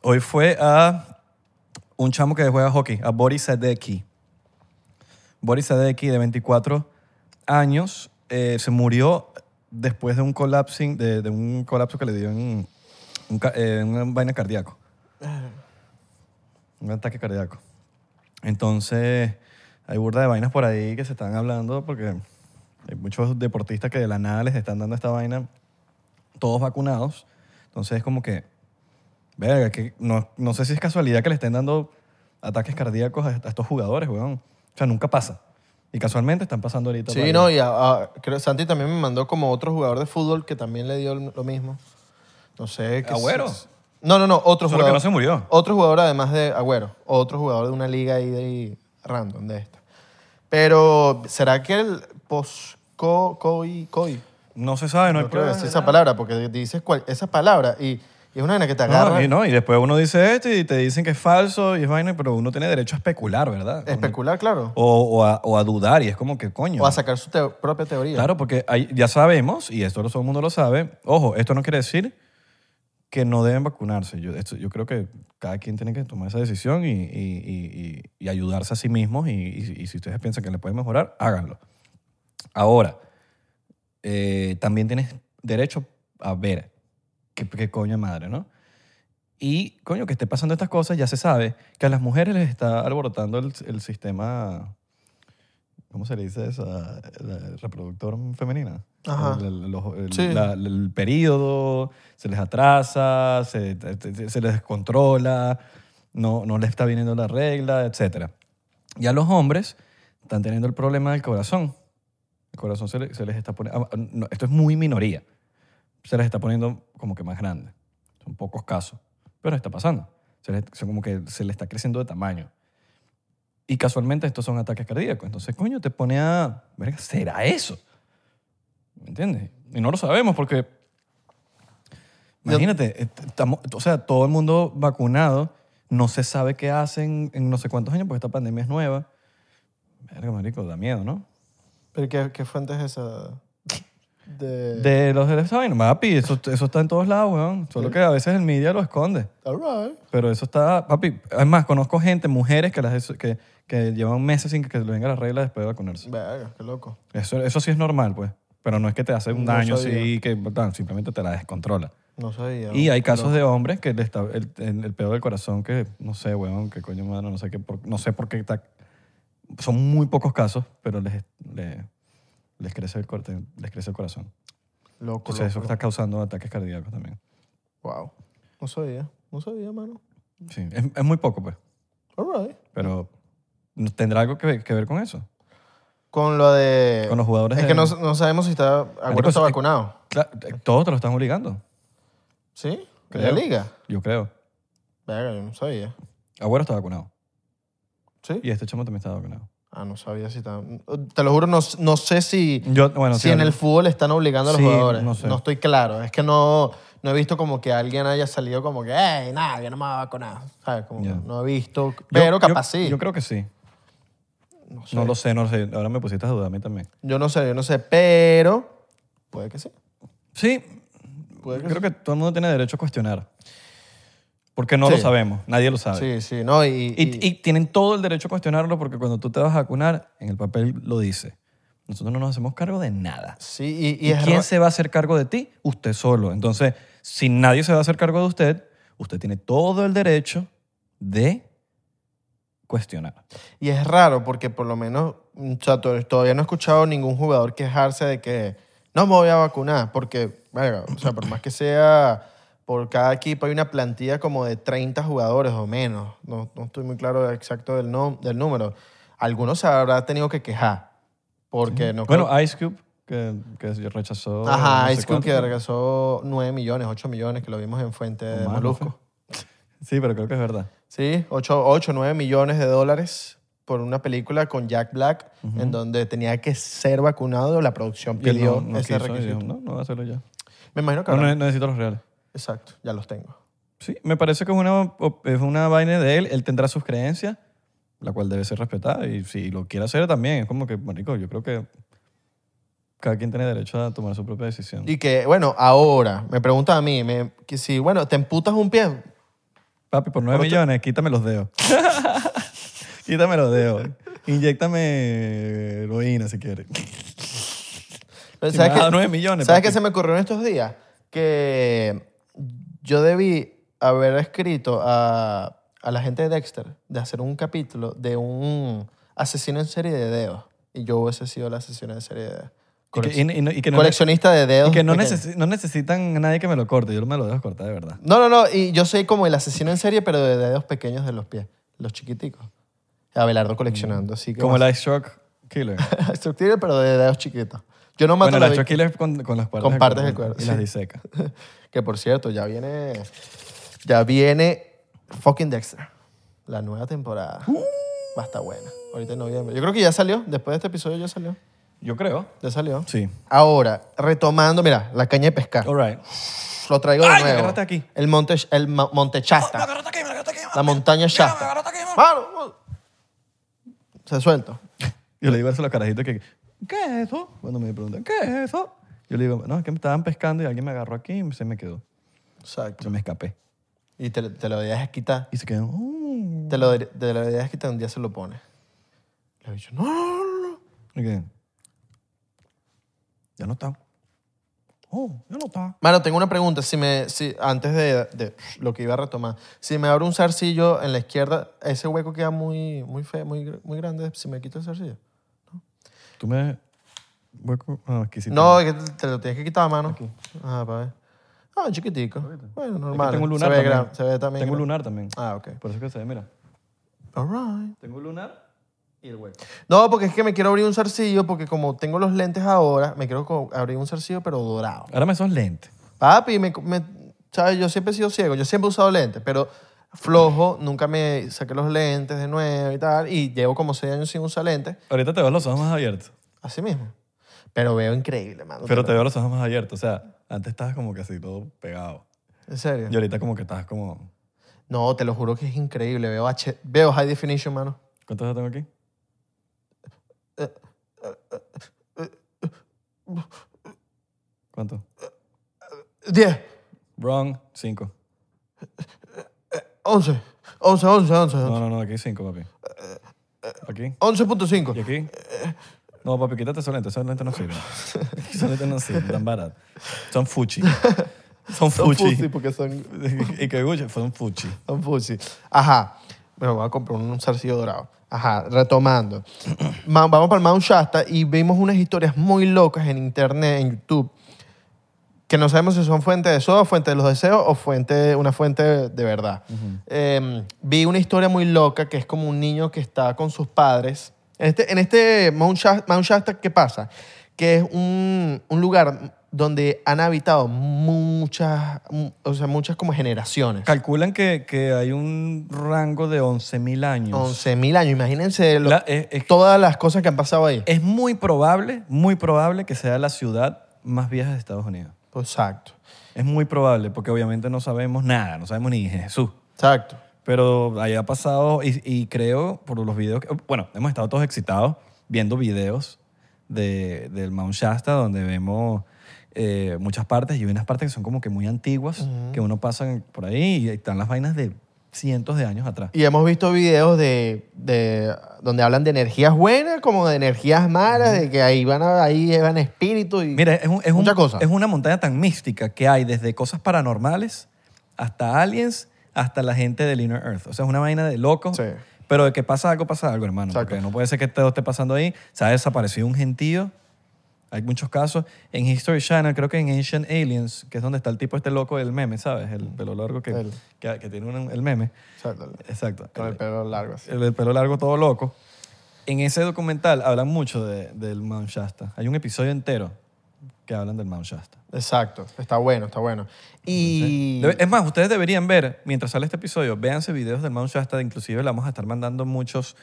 Speaker 2: Hoy fue a un chamo que juega hockey, a Boris Sadecki. Boris Sadecki, de 24 años, eh, se murió después de un collapsing, de, de un colapso que le dio en un ca- eh, una vaina cardíaco. Un ataque cardíaco. Entonces, hay burda de vainas por ahí que se están hablando porque hay muchos deportistas que de la nada les están dando esta vaina, todos vacunados. Entonces, es como que, verga, que no, no sé si es casualidad que le estén dando ataques cardíacos a, a estos jugadores, weón. O sea, nunca pasa. Y casualmente están pasando ahorita.
Speaker 1: Sí,
Speaker 2: varios.
Speaker 1: no, y a- a- creo Santi también me mandó como otro jugador de fútbol que también le dio lo mismo. No sé. que
Speaker 2: ¿Agüero?
Speaker 1: si- No, no, no, otro
Speaker 2: Solo que
Speaker 1: jugador.
Speaker 2: no se murió.
Speaker 1: Otro jugador además de Agüero. Otro jugador de una liga ahí de- random de esta. Pero, ¿será que el post co coi coi?
Speaker 2: No se sabe, no, hay
Speaker 1: No quiero
Speaker 2: pruebas.
Speaker 1: decir esa palabra porque dices cual- esa palabra y, y es una vaina que te agarra.
Speaker 2: No, y, no, y después uno dice esto y te dicen que es falso y es vaina, pero uno tiene derecho a especular, ¿verdad?
Speaker 1: Especular, claro.
Speaker 2: O, o a, o a dudar y es como que coño.
Speaker 1: O a sacar su teo- propia teoría.
Speaker 2: Claro, porque hay- ya sabemos, y esto todo el mundo lo sabe, ojo, esto no quiere decir que no deben vacunarse. Yo, esto- yo creo que cada quien tiene que tomar esa decisión y, y- y- y- y ayudarse a sí mismos y, y- y si ustedes piensan que le pueden mejorar, háganlo. Ahora, eh, también tienes derecho a ver qué, qué coño de madre, ¿no? Y, coño, que esté pasando estas cosas, ya se sabe que a las mujeres les está alborotando el, el sistema, ¿cómo se le dice eso? La reproductor femenina.
Speaker 1: Ajá.
Speaker 2: El, el- los- el-
Speaker 1: Sí.
Speaker 2: la- el periodo, se les atrasa, se, se les descontrola, no, no les está viniendo la regla, etc. Ya los hombres están teniendo el problema del corazón. El corazón se, le- se les está poniendo... Esto es muy minoría. Se les está poniendo como que más grande. Son pocos casos, pero está pasando. Se les, son como que se le está creciendo de tamaño. Y casualmente estos son ataques cardíacos. Entonces, coño, te pone a... verga, ¿Será eso? ¿Me entiendes? Y no lo sabemos porque... Imagínate, est- estamos, o sea, todo el mundo vacunado, no se sabe qué hacen en no sé cuántos años porque esta pandemia es nueva. Verga, marico, da miedo, ¿no?
Speaker 1: ¿Pero qué, qué fuente es esa? De...
Speaker 2: De los de esa vaina, papi, eso, eso está en todos lados, weón. Solo que a veces el media lo esconde.
Speaker 1: All right.
Speaker 2: Pero eso está, papi, además conozco gente, mujeres que, las, que, que llevan meses sin que les venga la regla después de vacunarse.
Speaker 1: Verga, qué loco.
Speaker 2: Eso, eso sí es normal, pues. Pero no es que te hace un
Speaker 1: No
Speaker 2: daño,
Speaker 1: sabía.
Speaker 2: sí, que tan, simplemente te la descontrola.
Speaker 1: No sabía.
Speaker 2: Y hay casos de hombres que le está, el, el, el pedo del corazón que, no sé, weón, que coño, mano, no sé, qué, por- no sé por qué está... Son muy pocos casos, pero les, le- les, crece el, cor- les crece el corazón.
Speaker 1: Loco,
Speaker 2: Entonces eso está causando ataques cardíacos también.
Speaker 1: Wow. No sabía. No sabía, mano.
Speaker 2: Sí, es, es muy poco, pues.
Speaker 1: All right.
Speaker 2: Pero ¿tendrá algo que ver- que ver con eso?
Speaker 1: Con lo de...
Speaker 2: Con los jugadores
Speaker 1: Es
Speaker 2: de-
Speaker 1: que no, no sabemos si está... Agüero
Speaker 2: Marico,
Speaker 1: está
Speaker 2: es-
Speaker 1: vacunado.
Speaker 2: Claro, eh, todos te lo están obligando,
Speaker 1: ¿Sí? ¿De la
Speaker 2: Creo.
Speaker 1: liga?
Speaker 2: yo creo.
Speaker 1: Verga, yo no sabía.
Speaker 2: Agüero está vacunado.
Speaker 1: ¿Sí?
Speaker 2: Y este chamo también está vacunado.
Speaker 1: Ah, no sabía si está... Te lo juro, no, no sé si...
Speaker 2: Yo, bueno,
Speaker 1: si en el fútbol están obligando a los
Speaker 2: Sí,
Speaker 1: jugadores. No,
Speaker 2: no sé.
Speaker 1: estoy claro. Es que no, no he visto como que alguien haya salido como que, hey, nada, yo no me voy a vacunar. ¿Sabes? Como
Speaker 2: Ya.
Speaker 1: no he visto. Pero capaz
Speaker 2: yo,
Speaker 1: sí.
Speaker 2: Yo creo que sí.
Speaker 1: no, sé.
Speaker 2: No lo sé, no lo sé. Ahora me pusiste a dudar a mí también.
Speaker 1: Yo no sé, yo no sé. Pero puede que sí.
Speaker 2: Sí,
Speaker 1: Puede que
Speaker 2: creo que todo el mundo tiene derecho a cuestionar. Porque no
Speaker 1: Sí.
Speaker 2: lo sabemos, nadie lo sabe.
Speaker 1: Sí, sí, no. Y,
Speaker 2: Y, y tienen todo el derecho a cuestionarlo porque cuando tú te vas a vacunar, en el papel lo dice. Nosotros no nos hacemos cargo de nada.
Speaker 1: sí, y, y
Speaker 2: ¿Y
Speaker 1: es ra-
Speaker 2: quién se va a hacer cargo de ti? Usted solo. Entonces, si nadie se va a hacer cargo de usted, usted tiene todo el derecho de cuestionar.
Speaker 1: Y es raro porque por lo menos, mm, o sea, to- todavía no he escuchado ningún jugador quejarse de que no me voy a vacunar porque, verga, o sea, por más que sea, por cada equipo hay una plantilla como de 30 jugadores o menos. No, no estoy muy claro exacto del, nom- del número. Algunos se habrá tenido que quejar porque no creo-
Speaker 2: Bueno, Ice Cube, que, que rechazó...
Speaker 1: Ajá,
Speaker 2: no sé
Speaker 1: Ice Cube que
Speaker 2: cuánto.
Speaker 1: regresó 9 millones, 8 millones, que lo vimos en Fuente de
Speaker 2: Humano,
Speaker 1: Molusco.
Speaker 2: Sí, pero creo que es verdad.
Speaker 1: Sí, 8, 8, 9 millones de dólares por una película con Jack Black en donde tenía que ser vacunado. La producción
Speaker 2: Y él
Speaker 1: pidió
Speaker 2: no, no
Speaker 1: ese
Speaker 2: quiso y dijo,
Speaker 1: requisito.
Speaker 2: no, no voy a hacerlo ya.
Speaker 1: Me imagino que
Speaker 2: No,
Speaker 1: habrá-
Speaker 2: no, necesito los reales.
Speaker 1: Exacto, ya los tengo.
Speaker 2: Sí, me parece que es una, op- es una vaina de él. Él tendrá sus creencias, la cual debe ser respetada. Y si lo quiere hacer también, es como que, marico, yo creo que cada quien tiene derecho a tomar su propia decisión.
Speaker 1: Y que, bueno, ahora, me pregunta a mí, me- que si, bueno, te emputas un pie,
Speaker 2: Papi, por 9
Speaker 1: Por otro-
Speaker 2: millones, quítame los dedos. quítame los dedos. Inyéctame heroína si quieres.
Speaker 1: Pero
Speaker 2: Si
Speaker 1: ¿Sabes
Speaker 2: me vas a
Speaker 1: qué-
Speaker 2: dar nueve millones,
Speaker 1: ¿Sabes
Speaker 2: papi?
Speaker 1: qué se me ocurrió en estos días? Que yo debí haber escrito a, a la gente de Dexter de hacer un capítulo de un asesino en serie de dedos. Y yo hubiese sido el asesino en serie de dedos.
Speaker 2: Y que, y- y no- y que no-
Speaker 1: Coleccionista de dedos.
Speaker 2: y que no,
Speaker 1: pequeños.
Speaker 2: necesi- no necesitan a nadie que me lo corte. Yo me lo dejo cortar, de verdad.
Speaker 1: No, no, no. Y yo soy como el asesino en serie, pero de dedos pequeños de los pies. Los chiquiticos. Abelardo coleccionando. Así que
Speaker 2: Mm. Como el Ice Shock Killer.
Speaker 1: Structure, pero de dedos chiquitos. Yo no mato
Speaker 2: bueno,
Speaker 1: a la
Speaker 2: el Ice Shock
Speaker 1: víctima.
Speaker 2: Killer es con, con las partes
Speaker 1: Con partes del cuerpo,
Speaker 2: Y
Speaker 1: sí.
Speaker 2: las diseca.
Speaker 1: Que por cierto, ya viene. Ya viene fucking Dexter. La nueva temporada.
Speaker 2: Uh.
Speaker 1: Va a estar buena. Ahorita en noviembre. Yo creo que ya salió. Después de este episodio ya salió.
Speaker 2: Yo creo.
Speaker 1: Ya salió.
Speaker 2: Sí.
Speaker 1: Ahora, retomando, mira, la caña de pescar.
Speaker 2: All right.
Speaker 1: Lo traigo de
Speaker 2: Ay, me
Speaker 1: nuevo.
Speaker 2: agarraste aquí. Oh,
Speaker 1: El monte, el ma- monte Shasta. la montaña Shasta. Mano, mano. Se suelto.
Speaker 2: Yo le digo eso a los carajitos que, ¿qué es eso? Cuando me preguntan, ¿qué es eso? Yo le digo, no, es que me estaban pescando y alguien me agarró aquí y se me quedó.
Speaker 1: Exacto.
Speaker 2: Yo me escapé.
Speaker 1: Y te, te lo dejas quitar.
Speaker 2: Y se quedó, "Oh".
Speaker 1: Te lo, te lo dejas quitar. Un día se lo pone. Le he dicho, no, no, no, no.
Speaker 2: Y que, ya no está. Oh, ya no está.
Speaker 1: Mano, tengo una pregunta. Si me, si, antes de, de lo que iba a retomar, si me abro un zarcillo en la izquierda, ese hueco queda muy, muy feo, muy, gr- muy grande. Si me quito el zarcillo.
Speaker 2: Tú me... Hueco, ah, exquisito.
Speaker 1: No, es que te lo tienes que quitar a mano. Ah, para ver. Ah, chiquitico. Bueno,
Speaker 2: Es que
Speaker 1: normal.
Speaker 2: tengo un
Speaker 1: se
Speaker 2: lunar
Speaker 1: ve,
Speaker 2: también.
Speaker 1: gran- se ve también.
Speaker 2: Tengo un
Speaker 1: gran-
Speaker 2: lunar también.
Speaker 1: Ah, ok.
Speaker 2: Por eso que se ve, mira.
Speaker 1: All right.
Speaker 2: Tengo un lunar y el hueco.
Speaker 1: No, porque es que me quiero abrir un zarcillo porque como tengo los lentes ahora, me quiero co- abrir un zarcillo pero dorado.
Speaker 2: Ahora me sos lente.
Speaker 1: Papi, me, me- ¿sabes? Yo siempre he sido ciego, yo siempre he usado lentes, pero flojo, nunca me saqué los lentes de nuevo y tal, y llevo como seis años sin usar lentes,
Speaker 2: Ahorita te veo los ojos más abiertos.
Speaker 1: así mismo. Pero veo increíble, mano.
Speaker 2: Pero te veo los ojos más abiertos. O sea, antes estabas como que así todo pegado.
Speaker 1: ¿En serio?
Speaker 2: Y ahorita como que estás como...
Speaker 1: No, te lo juro que es increíble. Veo, H, veo high definition, mano.
Speaker 2: ¿Cuántos ojos tengo aquí? ¿Cuántos?
Speaker 1: Diez,
Speaker 2: Wrong, cinco.
Speaker 1: once, once, once, once,
Speaker 2: No, no, no, aquí cinco, papi. Aquí
Speaker 1: once punto cinco.
Speaker 2: y aquí. No, papi, quítate esos lentes. Esos lentes no sirven. Esos lentes no sirven, tan baratos. Son fuchi.
Speaker 1: Son
Speaker 2: Son fuchi.
Speaker 1: fuchi porque son,
Speaker 2: y que Gucci son fuchi.
Speaker 1: son fuchi. Ajá. Me voy a comprar un zarcillo dorado. Ajá, retomando. Ma- Vamos para el Mount Shasta y vimos unas historias muy locas en internet, en YouTube, que no sabemos si son fuente de eso, fuente de los deseos o fuente, una fuente de verdad. Eh, vi una historia muy loca que es como un niño que está con sus padres. En este, en este Mount, Shasta, Mount Shasta, ¿qué pasa? Que es un, un lugar donde han habitado muchas, mu- o sea, muchas como generaciones.
Speaker 2: Calculan que, que hay un rango de 11.000 años.
Speaker 1: 11.000 años, imagínense lo-
Speaker 2: La- es- es-
Speaker 1: todas las cosas que han pasado ahí.
Speaker 2: Es muy probable, muy probable que sea la ciudad más vieja de Estados Unidos.
Speaker 1: Exacto,
Speaker 2: Es muy probable, porque obviamente no sabemos nada, no sabemos ni Jesús.
Speaker 1: exacto.
Speaker 2: Pero haya pasado, y, y creo por los videos, que- bueno, hemos estado todos excitados viendo videos de, del Mount Shasta, donde vemos eh, muchas partes, y hay unas partes que son como que muy antiguas, que uno pasa por ahí y están las vainas de cientos de años atrás.
Speaker 1: Y hemos visto videos de, de- donde hablan de energías buenas como de energías malas, de que ahí van, a- ahí van espíritus y
Speaker 2: Mira, es, un- es un-
Speaker 1: muchas cosas.
Speaker 2: es una montaña tan mística que hay desde cosas paranormales hasta aliens, hasta la gente del Inner Earth. O sea, es una vaina de loco.
Speaker 1: Sí.
Speaker 2: Pero de que pasa algo, pasa algo, hermano.
Speaker 1: Exacto.
Speaker 2: Porque no puede ser que todo esté pasando ahí. Se ha desaparecido un gentío. Hay muchos casos. En History Channel, creo que en Ancient Aliens, que es donde está el tipo este loco del meme, ¿sabes? El pelo largo que,
Speaker 1: El-
Speaker 2: que, que tiene un- el meme.
Speaker 1: Exacto,
Speaker 2: Exacto.
Speaker 1: con el pelo largo así.
Speaker 2: El del pelo largo todo loco. En ese documental hablan mucho de- del Mount Shasta. Hay un episodio entero que hablan del Mount Shasta.
Speaker 1: Exacto, está bueno, está bueno. Y
Speaker 2: Debe- Es más, ustedes deberían ver, mientras sale este episodio, véanse videos del Mount Shasta. Inclusive le vamos a estar mandando muchos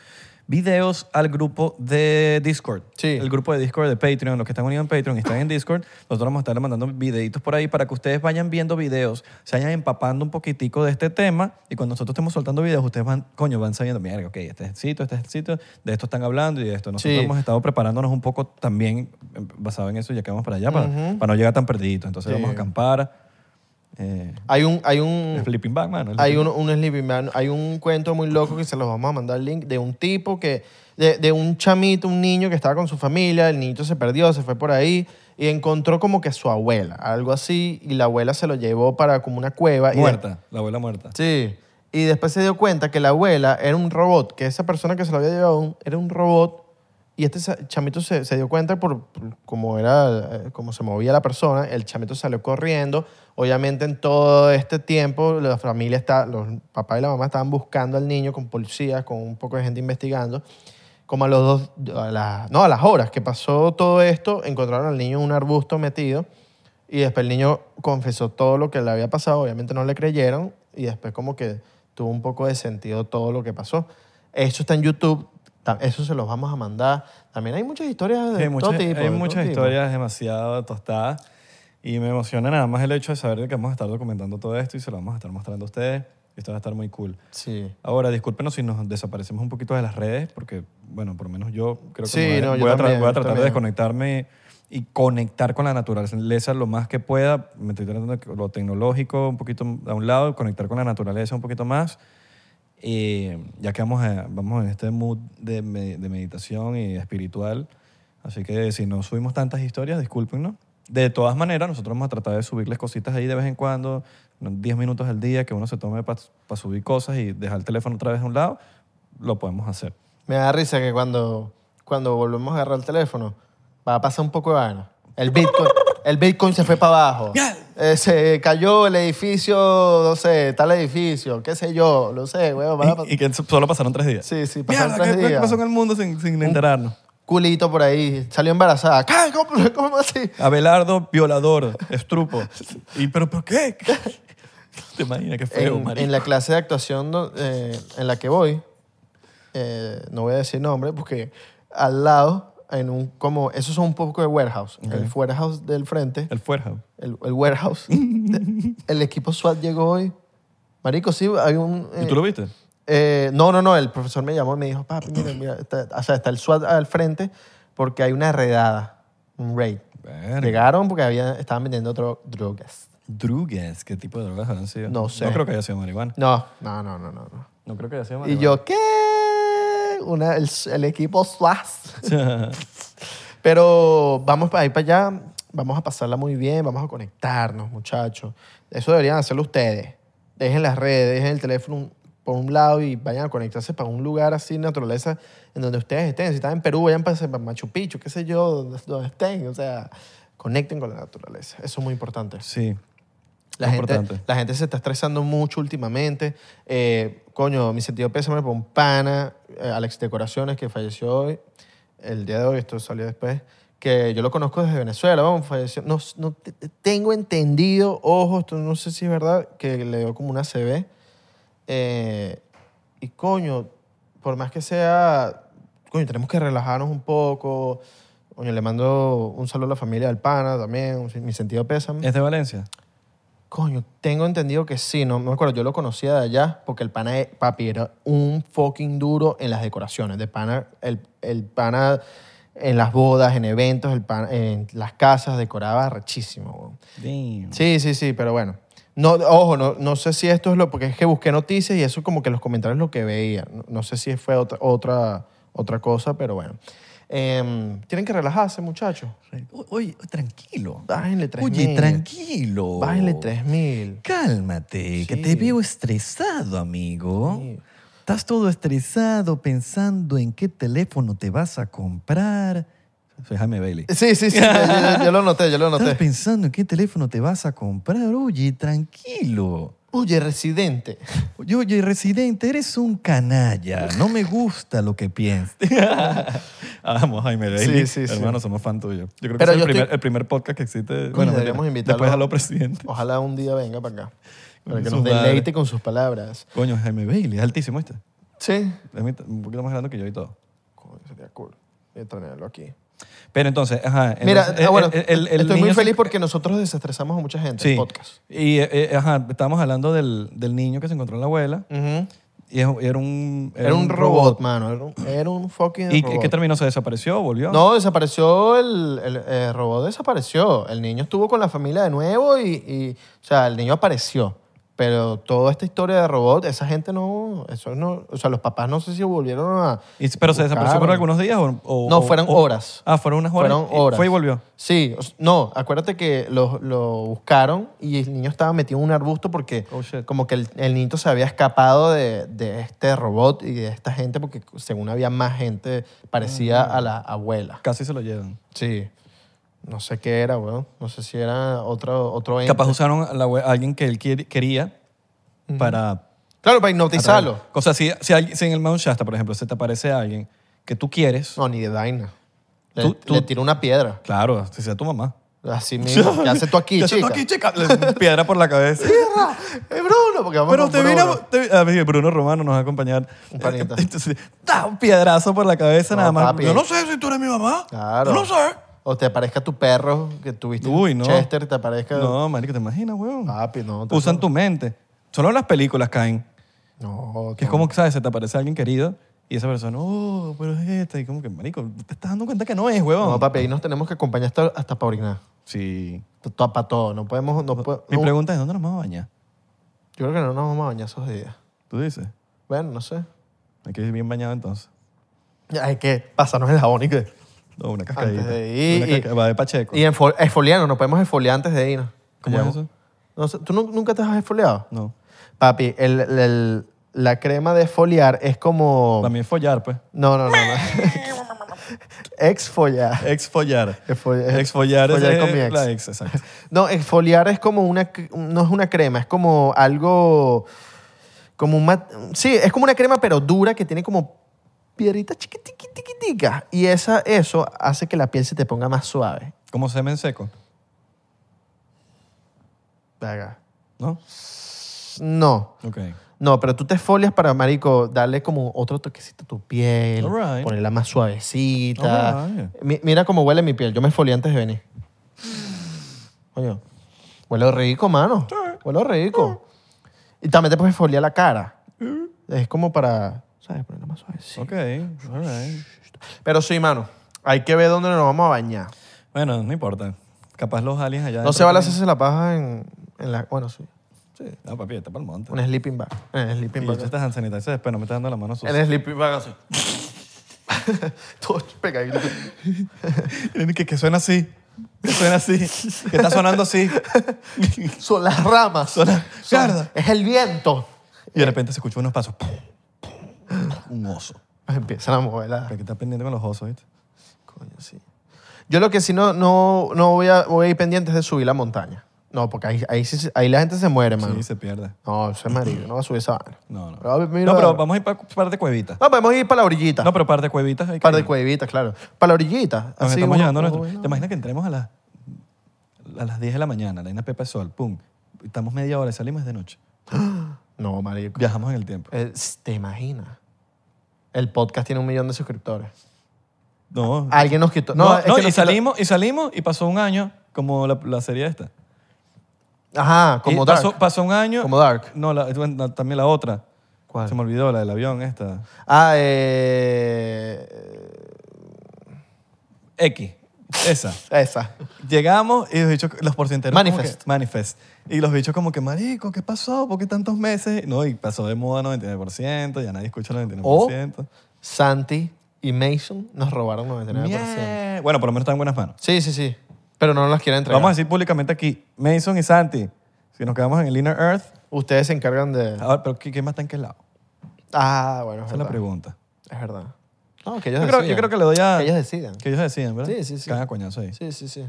Speaker 2: videos al grupo de Discord.
Speaker 1: Sí.
Speaker 2: El grupo de Discord de Patreon. Los que están unidos en Patreon y están en Discord, nosotros vamos a estar mandando videitos por ahí para que ustedes vayan viendo videos, se vayan empapando un poquitico de este tema y cuando nosotros estemos soltando videos, ustedes van, coño, van sabiendo, mira, ok, este es el sitio, este es el sitio, de esto están hablando y de esto. Nosotros
Speaker 1: Sí.
Speaker 2: hemos estado preparándonos un poco también eh, basado en eso, ya que vamos para allá, para, para no llegar tan perdiditos. Entonces
Speaker 1: Sí.
Speaker 2: vamos a acampar. eh,
Speaker 1: hay un, hay
Speaker 2: el
Speaker 1: un,
Speaker 2: Flipping Bag, mano. el
Speaker 1: Mm. hay
Speaker 2: flipping-
Speaker 1: un, un sleeping bag, hay un cuento muy loco que se los vamos a mandar el link de un tipo que, de, de un chamito, un niño que estaba con su familia, el niño se perdió, se fue por ahí y encontró como que su abuela, algo así, y la abuela se lo llevó para como una cueva. y-
Speaker 2: Muerta, la abuela muerta.
Speaker 1: Sí. Y después se dio cuenta que la abuela era un robot, que esa persona que se lo había llevado un- era un robot. Y este sa- chamito se, se dio cuenta por, por cómo era, eh, cómo se movía la persona. El chamito salió corriendo. Obviamente en todo este tiempo la familia está, los papás y la mamá estaban buscando al niño con policías, con un poco de gente investigando. Como a los dos, a las- no, a las horas que pasó todo esto, encontraron al niño en un arbusto metido. Y después el niño confesó todo lo que le había pasado, obviamente no le creyeron y después como que tuvo un poco de sentido todo lo que pasó. Eso está en YouTube, ta- eso se los vamos a mandar. También hay muchas historias de
Speaker 2: hay muchas,
Speaker 1: todo tipo.
Speaker 2: hay
Speaker 1: de todo
Speaker 2: muchas
Speaker 1: tipo.
Speaker 2: historias demasiado tostadas y me emociona nada más el hecho de saber de que vamos a estar documentando todo esto y se lo vamos a estar mostrando a ustedes. Esto va a estar muy cool.
Speaker 1: Sí.
Speaker 2: Ahora, discúlpenos si nos desaparecemos un poquito de las redes, porque, bueno, por lo menos yo creo que
Speaker 1: Sí,
Speaker 2: me voy, a-
Speaker 1: no, yo
Speaker 2: voy a tra-
Speaker 1: también,
Speaker 2: voy a
Speaker 1: yo
Speaker 2: tratar de
Speaker 1: también.
Speaker 2: desconectarme y conectar con la naturaleza lo más que pueda. Me estoy tratando de que lo tecnológico un poquito a un lado, conectar con la naturaleza un poquito más. Eh, ya que vamos, a- vamos en este mood de, me- de meditación y espiritual. Así que si no subimos tantas historias, discúlpenos. De todas maneras, nosotros vamos a tratar de subirles cositas ahí de vez en cuando, unos 10 minutos al día que uno se tome para subir cosas y dejar el teléfono otra vez a un lado, lo podemos hacer.
Speaker 1: Me da risa que cuando, cuando volvemos a agarrar el teléfono, va a pasar un poco de vaina. El Bitcoin, el Bitcoin se fue para abajo. Eh, se cayó el edificio, no sé, tal edificio, qué sé yo, no sé, weón. van a pas-
Speaker 2: Y, y que solo pasaron tres días.
Speaker 1: Sí, sí, pasaron
Speaker 2: Mierda,
Speaker 1: tres
Speaker 2: ¿qué,
Speaker 1: días.
Speaker 2: ¿Qué pasó en el mundo sin, sin enterarnos?
Speaker 1: culito por ahí, salió embarazada.
Speaker 2: Ah,
Speaker 1: ¡Ay, ¿Cómo, cómo así?
Speaker 2: Abelardo, violador, estrupo. ¿Y pero por qué? ¿Te imaginas qué feo,
Speaker 1: en,
Speaker 2: marico?
Speaker 1: en la clase de actuación do- eh, en la que voy, eh, no voy a decir nombre, porque al lado, en un, como, eso es un poco de warehouse. El warehouse del frente,
Speaker 2: El Fuerja.
Speaker 1: el, el warehouse. de- el equipo SWAT llegó hoy. Marico, sí, hay un...
Speaker 2: ¿Y
Speaker 1: eh,
Speaker 2: tú lo viste?
Speaker 1: eh, no, no, no. El profesor me llamó y me dijo, papi, mira, mira, está, o sea, está el SWAT al frente porque hay una redada, un raid.
Speaker 2: Verga.
Speaker 1: Llegaron porque había, estaban vendiendo dro- drogas.
Speaker 2: Drugas, ¿qué tipo de drogas habrán sido?
Speaker 1: No sé.
Speaker 2: No creo que haya sido marihuana.
Speaker 1: No, no, no, no, no. no.
Speaker 2: No creo que haya sido
Speaker 1: Y
Speaker 2: marihuana.
Speaker 1: yo, ¿qué? Una, el, el equipo SWAT. Pero vamos para ir para allá, vamos a pasarla muy bien, vamos a conectarnos, muchachos. Eso deberían hacerlo ustedes. Dejen las redes, dejen el teléfono un- por un lado y vayan a conectarse para un lugar así, naturaleza, en donde ustedes estén. Si están en Perú, vayan para para Machu Picchu, qué sé yo, donde, donde estén. O sea, conecten con la naturaleza. Eso es muy importante.
Speaker 2: Sí.
Speaker 1: La
Speaker 2: Es
Speaker 1: gente,
Speaker 2: importante.
Speaker 1: la gente se está estresando mucho últimamente. Eh, coño, mi sentido pésame por un pana, eh, Alex Decoraciones, que falleció hoy, el día de hoy, esto salió después, que yo lo conozco desde Venezuela, vamos, falleció. No, no te- te- tengo entendido, ojo, esto no sé si es verdad, que le dio como una CB. Eh, y coño, por más que sea, coño, tenemos que relajarnos un poco. Coño, le mando un saludo a la familia del pana también, un- mi sentido pésame.
Speaker 2: ¿Es de Valencia?
Speaker 1: Coño, tengo entendido que sí, no me acuerdo. Yo lo conocía de allá porque el pana, de- papi, era un fucking duro en las decoraciones. De pana, el, el pana en las bodas, en eventos, el pana- en las casas, decoraba rechísimo. weón.
Speaker 2: Damn.
Speaker 1: Sí, sí, sí, pero bueno. No, ojo, no, no sé si esto es lo. Porque es que busqué noticias y eso, como que los comentarios es lo que veía. No, no sé si fue otra, otra, otra cosa, pero bueno. Em, tienen que relajarse, muchachos.
Speaker 2: O- Oye, tranquilo.
Speaker 1: Bájenle tres
Speaker 2: Oye,
Speaker 1: mil.
Speaker 2: tranquilo.
Speaker 1: Bájenle 3000.
Speaker 2: Cálmate, que
Speaker 1: Sí.
Speaker 2: te veo estresado, amigo.
Speaker 1: Sí.
Speaker 2: Estás todo estresado pensando en qué teléfono te vas a comprar. Soy Jaime Bailey.
Speaker 1: Sí, sí, sí. yo, yo- yo lo noté, yo lo
Speaker 2: Estás
Speaker 1: noté.
Speaker 2: pensando en qué teléfono te vas a comprar. Oye, tranquilo.
Speaker 1: Oye, residente.
Speaker 2: Yo, oye, residente, eres un canalla. No me gusta lo que piensas. Ah, Vamos, Jaime Daily.
Speaker 1: Sí, sí, sí.
Speaker 2: Hermano, somos fan tuyo. Yo
Speaker 1: Pero
Speaker 2: creo que es el
Speaker 1: yo
Speaker 2: primer,
Speaker 1: estoy-
Speaker 2: el primer podcast que existe.
Speaker 1: deberíamos
Speaker 2: mentira.
Speaker 1: invitarlo.
Speaker 2: Después a lo presidente.
Speaker 1: Ojalá un día venga para acá. Para que
Speaker 2: Su
Speaker 1: nos
Speaker 2: madre.
Speaker 1: deleite con sus palabras.
Speaker 2: Coño, Jaime Bailey, es altísimo este.
Speaker 1: Sí.
Speaker 2: Es mi- un poquito más grande que yo y todo.
Speaker 1: Coño, sería cool. Voy a tenerlo aquí.
Speaker 2: Pero entonces, ajá.
Speaker 1: Mira,
Speaker 2: entonces,
Speaker 1: ah, bueno,
Speaker 2: el- el- el
Speaker 1: estoy
Speaker 2: niño
Speaker 1: muy
Speaker 2: se-
Speaker 1: feliz porque nosotros desestresamos a mucha gente en
Speaker 2: Sí.
Speaker 1: podcast.
Speaker 2: Y, eh, eh, ajá, estábamos hablando del, del niño que se encontró en la abuela. Y es- era un.
Speaker 1: Era, un robot, mano. Era un, era un fucking
Speaker 2: ¿Y
Speaker 1: robot.
Speaker 2: qué terminó? ¿Se desapareció? ¿Volvió?
Speaker 1: No, desapareció el, el, eh, robot, desapareció. El niño estuvo con la familia de nuevo y, y, o sea, el niño apareció. Pero toda esta historia de robot, esa gente no, eso no, o sea, los papás no sé si volvieron a...
Speaker 2: Y- ¿Pero se desapareció por
Speaker 1: buscaron.
Speaker 2: algunos días? O, o-
Speaker 1: No,
Speaker 2: o-
Speaker 1: fueron
Speaker 2: o-
Speaker 1: horas.
Speaker 2: Ah, fueron unas horas.
Speaker 1: Fueron
Speaker 2: Y
Speaker 1: horas.
Speaker 2: Fue y volvió.
Speaker 1: Sí, o s- no, acuérdate que lo, lo buscaron y el niño estaba metido en un arbusto porque
Speaker 2: Oh, shit.
Speaker 1: como que el, el niño se había escapado de, de este robot y de esta gente porque según había más gente parecida
Speaker 2: Mm.
Speaker 1: a la abuela.
Speaker 2: Casi se lo llevan.
Speaker 1: Sí. No sé qué era, weón. No sé si era otro, otro ente.
Speaker 2: Capaz usaron a, la abue- a alguien que él quier- quería para.
Speaker 1: Claro, para hipnotizarlo.
Speaker 2: O sea, si, si, alguien- si en el Mount Shasta, por ejemplo, se te aparece alguien que tú quieres,
Speaker 1: No, ni de Daina. Le,
Speaker 2: Tú- tú-
Speaker 1: le tiró una piedra.
Speaker 2: claro, si sea tu mamá.
Speaker 1: Así mismo. ¿Qué haces tú aquí, chica?
Speaker 2: ¿Qué haces tú aquí, chica? Le- Piedra por la cabeza.
Speaker 1: Ah, eh, Bruno, porque vamos
Speaker 2: Pero
Speaker 1: con
Speaker 2: te vine
Speaker 1: Bruno.
Speaker 2: a... te- a ver, Bruno Romano nos va a acompañar.
Speaker 1: Un panita.
Speaker 2: Entonces, da un piedrazo por la cabeza
Speaker 1: No,
Speaker 2: nada más.
Speaker 1: papi.
Speaker 2: Yo no sé si tú eres mi mamá.
Speaker 1: Claro.
Speaker 2: Yo no sé.
Speaker 1: O te aparezca tu perro que tuviste.
Speaker 2: Uy, no.
Speaker 1: Chester, te aparezca.
Speaker 2: No, marico, ¿te imaginas, weón?
Speaker 1: Papi, Ah, no. te-
Speaker 2: Usan tu mente. Solo en las películas caen.
Speaker 1: No,
Speaker 2: Que es como que, ¿sabes? Se te aparece alguien querido y esa persona, oh, pero es esta. Y como que, marico, te estás dando cuenta que no es, weón.
Speaker 1: No, papi, ahí nos tenemos que acompañar hasta, hasta para orinar.
Speaker 2: Sí.
Speaker 1: Para todo. No podemos. No, po-
Speaker 2: Mi
Speaker 1: Pues, no-
Speaker 2: pregunta es, ¿dónde nos vamos a bañar?
Speaker 1: Yo creo que no nos vamos a bañar esos días.
Speaker 2: Tú dices.
Speaker 1: Bueno, no sé.
Speaker 2: Hay que ir bien bañado entonces.
Speaker 1: Hay que pasarnos el jabón y que.
Speaker 2: No, una cascadita.
Speaker 1: Antes de ir.
Speaker 2: Una casca-
Speaker 1: y-
Speaker 2: Va de Pacheco.
Speaker 1: Y enfo- esfoliarnos, nos podemos esfoliar antes de irnos.
Speaker 2: ¿Cómo es
Speaker 1: Ya.
Speaker 2: eso?
Speaker 1: No sé, ¿Tú nu- nunca te has esfoliado?
Speaker 2: No.
Speaker 1: Papi, el- el- la crema de esfoliar es como...
Speaker 2: También follar, pues.
Speaker 1: No, no, no. no. Exfoliar.
Speaker 2: Exfollar.
Speaker 1: Exfoliar.
Speaker 2: Exfollar es,
Speaker 1: Follar
Speaker 2: es
Speaker 1: con mi ex.
Speaker 2: la ex, exacto.
Speaker 1: No, exfoliar es como una... cr- No es una crema, es como algo... Como un mat- Sí, es como una crema pero dura que tiene como piedritas chiquitiquitica. Y esa, eso hace que la piel se te ponga más suave.
Speaker 2: Como semen seco,
Speaker 1: Verga.
Speaker 2: ¿no?
Speaker 1: No.
Speaker 2: Ok.
Speaker 1: No, pero tú te esfolias para, marico, darle como otro toquecito a tu piel,
Speaker 2: Alright.
Speaker 1: ponerla más suavecita.
Speaker 2: Alright.
Speaker 1: Mi- mira cómo huele mi piel. Yo me esfolié antes de venir. Coño, huele rico, mano. Huele rico. Y también te puedes esfoliar la cara. Es como para, ¿sabes? Ponerla más suavecita.
Speaker 2: Ok. All right.
Speaker 1: Pero sí, mano, hay que ver dónde nos vamos a bañar.
Speaker 2: Bueno, no importa. Capaz los aliens allá.
Speaker 1: No
Speaker 2: adentro
Speaker 1: se vale
Speaker 2: también-
Speaker 1: hacerse la paja en, en la... Bueno, sí.
Speaker 2: No, papi, está para el monte.
Speaker 1: Un sleeping bag. En el
Speaker 2: Y
Speaker 1: sleeping
Speaker 2: yo
Speaker 1: bag.
Speaker 2: estás hand sanitizer después, no me estás dando la mano sucia.
Speaker 1: En el sleeping bag así. Todo pegadito.
Speaker 2: que, que suena así. Que suena así. que está sonando así.
Speaker 1: Son las ramas.
Speaker 2: Son las-
Speaker 1: Son-
Speaker 2: Mierda.
Speaker 1: es el viento.
Speaker 2: y
Speaker 1: Eh.
Speaker 2: de repente se escuchan unos pasos. Pum, pum, Un oso.
Speaker 1: Empiezan a mover la...
Speaker 2: Pero que está pendiente con los osos, ¿viste?
Speaker 1: Coño, sí. Yo lo que sí no, no, no voy, a, voy a ir pendiente es de subir la montaña. No, porque ahí, ahí, sí se- ahí la gente se muere, mano.
Speaker 2: Sí, se pierde.
Speaker 1: No, ese marido no va a subir esa vaina.
Speaker 2: No, no.
Speaker 1: Pero, mira-
Speaker 2: no, pero vamos a ir para parte cuevita.
Speaker 1: No, podemos ir para la orillita.
Speaker 2: No, pero parte cuevitas. Hay que
Speaker 1: para
Speaker 2: ir.
Speaker 1: de cuevitas, claro. Para la orillita.
Speaker 2: Nos
Speaker 1: así
Speaker 2: estamos
Speaker 1: uno-
Speaker 2: llevando nuestro.
Speaker 1: uno-
Speaker 2: ¿Te imaginas que entremos a las, a las 10 de la mañana, la Ina Pepa de Sol, pum? Estamos media hora y salimos de noche.
Speaker 1: No, marico.
Speaker 2: Viajamos en el tiempo.
Speaker 1: Eh, ¿Te imaginas? El podcast tiene un millón de suscriptores.
Speaker 2: No.
Speaker 1: Alguien nos quitó. No,
Speaker 2: no,
Speaker 1: es
Speaker 2: no,
Speaker 1: que
Speaker 2: y
Speaker 1: nos quitó-
Speaker 2: salimos, y salimos y pasó un año como la, la serie esta.
Speaker 1: Ajá,
Speaker 2: Y
Speaker 1: como Dark.
Speaker 2: pasó, pasó un año.
Speaker 1: Como Dark.
Speaker 2: No, la- la- también la otra.
Speaker 1: ¿Cuál?
Speaker 2: Se me olvidó, la del avión esta.
Speaker 1: Ah, eh,
Speaker 2: X. Esa.
Speaker 1: esa.
Speaker 2: Llegamos y los bichos, los porcenteros.
Speaker 1: Manifest.
Speaker 2: manifest. Y los bichos como que, marico, ¿qué pasó? ¿Por qué tantos meses? No, y pasó de moda 99%, ya nadie escucha el 99%.
Speaker 1: Oh, Santi y Mason nos robaron 99%.
Speaker 2: Mier- Bueno, por lo menos están en buenas manos.
Speaker 1: Sí, sí, sí. Pero no las quieren entregar.
Speaker 2: Vamos a decir públicamente aquí, Mason y Santi, si nos quedamos en el Inner Earth,
Speaker 1: Ustedes se encargan de...
Speaker 2: ahora, pero ¿qué, qué más está en qué lado?
Speaker 1: Ah, bueno, es
Speaker 2: Esa es la
Speaker 1: verdad.
Speaker 2: pregunta.
Speaker 1: Es verdad. No, que ellos
Speaker 2: Yo creo,
Speaker 1: decidan.
Speaker 2: yo creo que le doy a...
Speaker 1: Que ellos decidan.
Speaker 2: Que ellos decidan, ¿verdad?
Speaker 1: Sí, sí, sí.
Speaker 2: Cagan a coñazo ahí.
Speaker 1: Sí, sí, sí.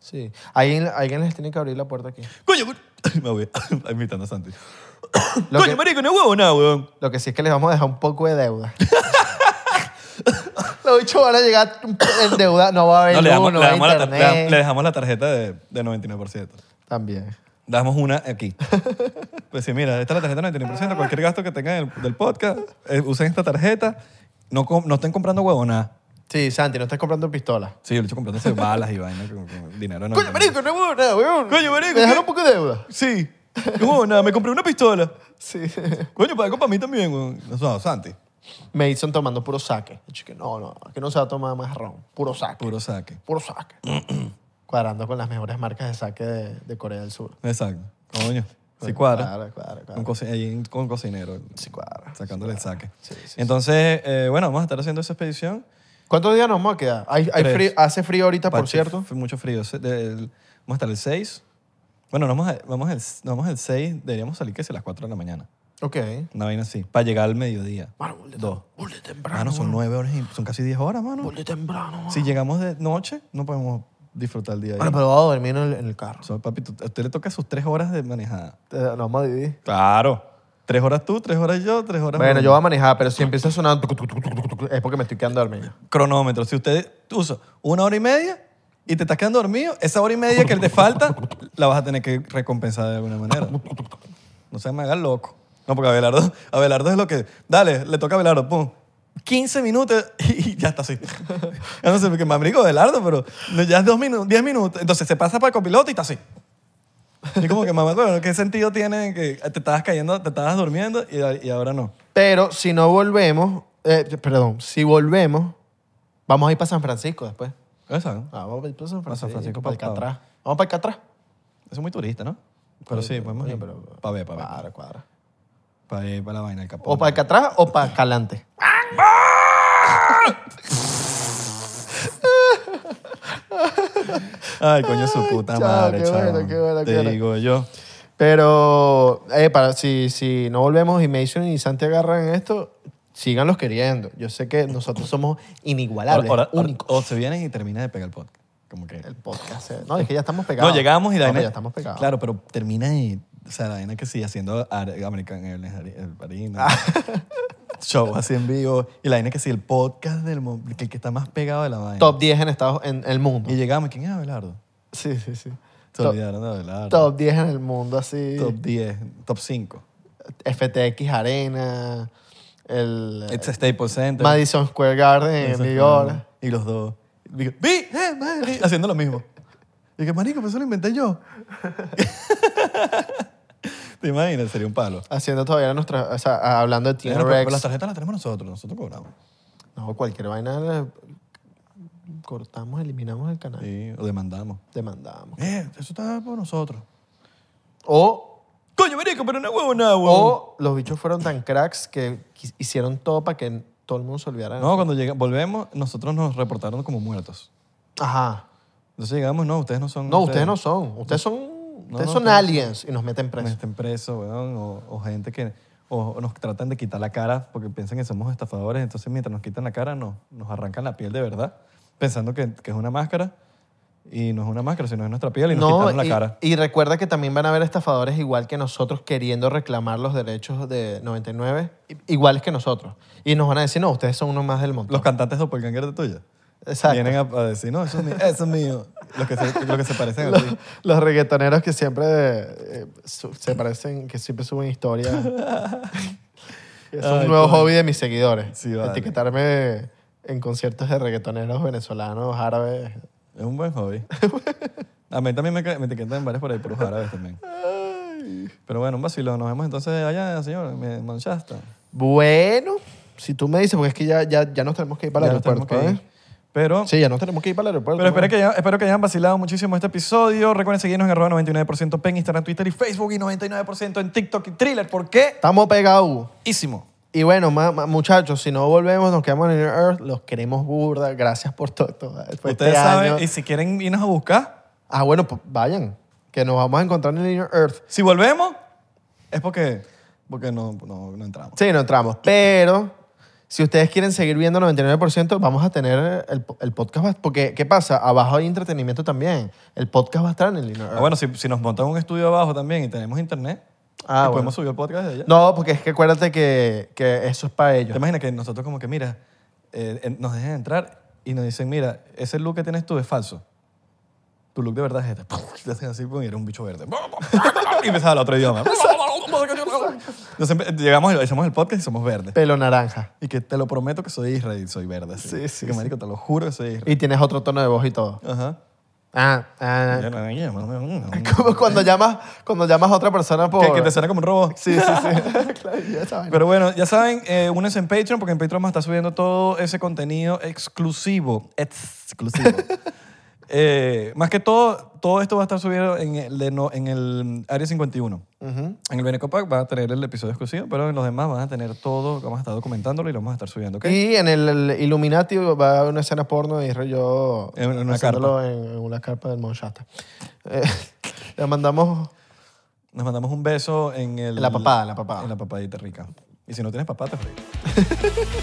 Speaker 1: Sí. Alguien, alguien les tiene que abrir la puerta aquí.
Speaker 2: Coño, coño. Me voy imitando a Santi.
Speaker 1: Lo
Speaker 2: Coño,
Speaker 1: que-
Speaker 2: marico, no es huevo nada, weón.
Speaker 1: Lo que sí es que les vamos a dejar un poco de deuda. Los bichos van a llegar un poco en deuda. No va a haber
Speaker 2: No, le, damos,
Speaker 1: luz, no
Speaker 2: le
Speaker 1: va a
Speaker 2: damos la, tar- le
Speaker 1: internet.
Speaker 2: dam- le dejamos la tarjeta de, de 99%.
Speaker 1: También.
Speaker 2: Damos una aquí. Pues sí, mira, esta es la tarjeta de 99%. Cualquier gasto que tengan del, del podcast, eh, usen esta tarjeta. No, com- no estén comprando huevo nada.
Speaker 1: Sí, Santi, no estás comprando pistola.
Speaker 2: Sí, yo le estoy comprando esas balas y vaina con, con dinero. No,
Speaker 1: Coño, marico, no hubo nada, weón.
Speaker 2: Coño, marico,
Speaker 1: Me dejaron
Speaker 2: ¿qué?
Speaker 1: un poco de deuda.
Speaker 2: Sí. No huevo nada, me compré una pistola.
Speaker 1: Sí.
Speaker 2: Coño, para para mí también, weón. No, no, Santi.
Speaker 1: Mason tomando puro saque. Yo que no, no, aquí no se va a tomar más ron. Puro saque. Puro,
Speaker 2: Puro saque.
Speaker 1: saque. Cuadrando con las mejores marcas de saque de, de Corea del Sur.
Speaker 2: Exacto. Coño.
Speaker 1: Pues
Speaker 2: Sí cuadra.
Speaker 1: Cuadra, cuadra, cuadra.
Speaker 2: Con, coci- ahí en- con cocinero.
Speaker 1: Sí, cuadra.
Speaker 2: Sacándole el saque.
Speaker 1: Sí, sí, sí.
Speaker 2: Entonces, eh, bueno, vamos a estar haciendo esa expedición.
Speaker 1: ¿Cuántos días nos vamos a quedar? Hay, hay
Speaker 2: Tres.
Speaker 1: frío- hace frío ahorita, Ah, por
Speaker 2: Pache,
Speaker 1: cierto.
Speaker 2: Fue mucho frío. Se- del- vamos a estar el 6. Bueno, nos vamos, a- vamos, el, vamos el 6. Deberíamos salir que sea a las 4 de la mañana.
Speaker 1: Ok.
Speaker 2: Una vaina así. Para llegar al mediodía. Dos.
Speaker 1: Vuelve temprano.
Speaker 2: Mano, son 9 horas. y- Son casi 10 horas, mano.
Speaker 1: Vuelve temprano.
Speaker 2: Si llegamos de noche, no podemos disfrutar el día ahí.
Speaker 1: Bueno, pero vamos a dormir en el, en el carro.
Speaker 2: O sea, papi, tú- a usted le toca sus 3 horas de manejada.
Speaker 1: Eh, Nos vamos a dividir.
Speaker 2: Claro. 3 horas tú, 3 horas yo, 3 horas
Speaker 1: Bueno,
Speaker 2: Bruno.
Speaker 1: yo voy a manejar, pero si empieza a sonar tuc, tuc, tuc, tuc, tuc, tuc, es porque me estoy quedando dormido.
Speaker 2: cronómetro. Si usted usa una hora y media y te estás quedando dormido, esa hora y media que te falta, la vas a tener que recompensar de alguna manera. No se me haga loco. No, porque Abelardo, Abelardo es lo que... Dale, le toca a Abelardo, pum. 15 minutos y ya está así. Ya no sé, porque me abrigo Abelardo, pero no, ya es dos minutos, 10 minutos. Entonces se pasa para el copiloto y está así. Y como que, mamá, bueno, ¿qué sentido tiene que te estabas cayendo, te estabas durmiendo y, y ahora no?
Speaker 1: Pero si no volvemos, eh, perdón, si volvemos, vamos a ir para San Francisco después.
Speaker 2: Exacto.
Speaker 1: Ah, vamos a ir para San
Speaker 2: Para
Speaker 1: Francisco.
Speaker 2: San Francisco,
Speaker 1: para
Speaker 2: para
Speaker 1: Alcatraz. Vamos para Alcatraz.
Speaker 2: Eso es muy turista, ¿no? Pero sí, podemos
Speaker 1: Oye,
Speaker 2: ir.
Speaker 1: pero-
Speaker 2: Pa' ver, Pues, pa' ver.
Speaker 1: Cuadra, cuadra.
Speaker 2: Para ver, para la vaina del capón.
Speaker 1: O para Alcatraz o para Calante.
Speaker 2: Ay, coño, su puta
Speaker 1: Ay, chao,
Speaker 2: madre,
Speaker 1: qué bueno,
Speaker 2: chao.
Speaker 1: qué bueno,
Speaker 2: Te
Speaker 1: qué bueno.
Speaker 2: digo yo.
Speaker 1: Pero eh, para, si, si no volvemos y Mason y Santi agarran esto, síganlos queriendo. Yo sé que nosotros somos inigualables,
Speaker 2: Ahora- ahora-
Speaker 1: únicos.
Speaker 2: O se vienen y termina de pegar el podcast. Como que...
Speaker 1: El podcast. eh. No, es que ya estamos pegados.
Speaker 2: No, llegamos y
Speaker 1: No,
Speaker 2: la
Speaker 1: pero
Speaker 2: vaina...
Speaker 1: ya estamos pegados.
Speaker 2: Claro, pero termina y... O sea, la vaina que sigue haciendo Are- American Airlines, Are- el Harina.
Speaker 1: Ah.
Speaker 2: Show así en vivo. Y la vaina que sigue el podcast del... mo- que El que está más pegado de la vaina.
Speaker 1: Top 10 en Estados en el mundo.
Speaker 2: Y llegamos. ¿Quién es Abelardo?
Speaker 1: Sí, sí, sí.
Speaker 2: Se
Speaker 1: Top,
Speaker 2: olvidaron de Abelardo.
Speaker 1: top 10 en el mundo, así.
Speaker 2: Top 10. Top 5.
Speaker 1: FTX Arena, el eh,
Speaker 2: It's a Staples Center.
Speaker 1: Madison Square Garden en
Speaker 2: Eso
Speaker 1: New
Speaker 2: es
Speaker 1: York.
Speaker 2: claro. Y los dos. Digo, Vi, eh, Madrid", haciendo lo mismo. Y que marico, pero eso lo inventé yo. ¿Te imaginas? Sería un palo.
Speaker 1: Haciendo todavía nuestra. O sea, hablando de Team
Speaker 2: Bueno, pero, pero las
Speaker 1: Rex.
Speaker 2: tarjetas las tenemos nosotros, nosotros cobramos.
Speaker 1: No, cualquier vaina. la- Cortamos, eliminamos el canal.
Speaker 2: Sí, o demandamos.
Speaker 1: Demandamos.
Speaker 2: Eh, eso está por nosotros.
Speaker 1: O,
Speaker 2: Coño, marico, pero no es huevo nada, huevo.
Speaker 1: o los bichos fueron tan cracks que quis- hicieron todo para que todo el mundo se olvidara. de
Speaker 2: No, cuando llega, volvemos, nosotros nos reportaron como muertos.
Speaker 1: nosotros. Ajá.
Speaker 2: Entonces llegamos, no, ustedes no son.
Speaker 1: No, ustedes no son. Ustedes son, ustedes
Speaker 2: no,
Speaker 1: son
Speaker 2: ustedes-
Speaker 1: aliens y nos meten
Speaker 2: Me
Speaker 1: presos.
Speaker 2: estén presos, este weón, o, o gente que o, o nos tratan de quitar la cara porque piensan que somos estafadores, entonces mientras nos quitan la cara nos, nos arrancan la piel de verdad, pensando que, que es una máscara y no es una máscara, sino es nuestra piel y nos
Speaker 1: No,
Speaker 2: quitaron la
Speaker 1: y,
Speaker 2: cara.
Speaker 1: y recuerda que también van a haber estafadores igual que nosotros queriendo reclamar los derechos de 99, i- iguales que nosotros. Y nos van a decir, no, ustedes son uno más del montón.
Speaker 2: Los cantantes doppelganger de tuya.
Speaker 1: Exacto.
Speaker 2: Vienen a, a decir, no, eso es mío, eso es mío. Los que se, los que se parecen a
Speaker 1: los,
Speaker 2: ti.
Speaker 1: los reggaetoneros que siempre eh, su- se parecen, que siempre suben historias. es un
Speaker 2: Ay,
Speaker 1: nuevo
Speaker 2: coño.
Speaker 1: hobby de mis seguidores.
Speaker 2: Sí, vale.
Speaker 1: Etiquetarme en conciertos de reggaetoneros venezolanos, árabes.
Speaker 2: Es un buen hobby. A mí también me, ca- me etiquetan varios por ahí, por los árabes también. Pero bueno, un vacilón. Nos vemos entonces allá, señor, en Manchester.
Speaker 1: Bueno, si tú me dices, porque es que ya, ya, ya nos tenemos que ir para
Speaker 2: Ya
Speaker 1: el
Speaker 2: nos tenemos
Speaker 1: aeropuerto.
Speaker 2: que
Speaker 1: ¿eh?
Speaker 2: ir. Pero
Speaker 1: Sí, ya nos tenemos que ir para el aeropuerto.
Speaker 2: Pero espero
Speaker 1: ¿no?
Speaker 2: que, hayan, espero que hayan vacilado muchísimo este episodio. Recuerden seguirnos en arroba 99% en Instagram, Twitter y Facebook y 99% en TikTok y Thriller. ¿Por qué?
Speaker 1: Estamos pegados.
Speaker 2: Ísimo.
Speaker 1: Y bueno, ma- ma- muchachos, si no volvemos, nos quedamos en New Earth. Los queremos burda. Gracias por todo. todo fue
Speaker 2: Ustedes
Speaker 1: este
Speaker 2: saben,
Speaker 1: año.
Speaker 2: y si quieren irnos a buscar,
Speaker 1: Ah, bueno, pues vayan. Que nos vamos a encontrar en New Earth.
Speaker 2: si volvemos, es porque, porque no, no, no entramos.
Speaker 1: Sí, no entramos. Pero Si ustedes quieren seguir viendo 99%, vamos a tener el, el podcast. va- Porque, ¿qué pasa? Abajo hay entretenimiento también. El podcast va a estar en el
Speaker 2: Ah, bueno, si, si nos montan un estudio abajo también y tenemos internet,
Speaker 1: Ah,
Speaker 2: y
Speaker 1: bueno.
Speaker 2: podemos subir el podcast de allá.
Speaker 1: No, porque es que acuérdate que, que eso es para ellos.
Speaker 2: ¿Te imaginas que nosotros como que, mira, eh, eh, nos dejan entrar y nos dicen, mira, ese look que tienes tú es falso. Tu look de verdad es este. Y Te hacen así, pum, y eres un bicho verde. Y empezaba el otro idioma. Entonces empe- llegamos, y hacemos el podcast y somos verdes.
Speaker 1: Pelo naranja.
Speaker 2: Y que te lo prometo que soy Israel, soy verde. así.
Speaker 1: Sí, sí,
Speaker 2: Que
Speaker 1: sí.
Speaker 2: marico, te lo juro que soy Israel.
Speaker 1: Y tienes otro tono de voz y todo.
Speaker 2: Ajá.
Speaker 1: Ah, ah.
Speaker 2: Ya, ya, ya, ya, ya, ya.
Speaker 1: Como cuando llamas, cuando llamas a otra persona por...
Speaker 2: Que, que te suena como un robot.
Speaker 1: Sí, sí, sí. Claro, ya saben.
Speaker 2: Pero bueno, ya saben, eh, únense en Patreon porque en Patreon vamos a estar subiendo todo ese contenido exclusivo. Exclusivo. Eh, más que todo, todo esto va a estar subido en el, de no- en el Área 51. En el Benecopac va a tener el episodio exclusivo, pero en los demás van a tener todo, vamos a estar documentándolo y lo vamos a estar subiendo, ¿ok?
Speaker 1: Y en el, el Illuminati va a haber una escena porno y yo
Speaker 2: En una
Speaker 1: haciéndolo En, en una carpa del Monshasta. Eh, le mandamos
Speaker 2: Nos mandamos un beso en el...
Speaker 1: la papada, la papada.
Speaker 2: En la papadita rica. Y si no tienes papada, te fregas.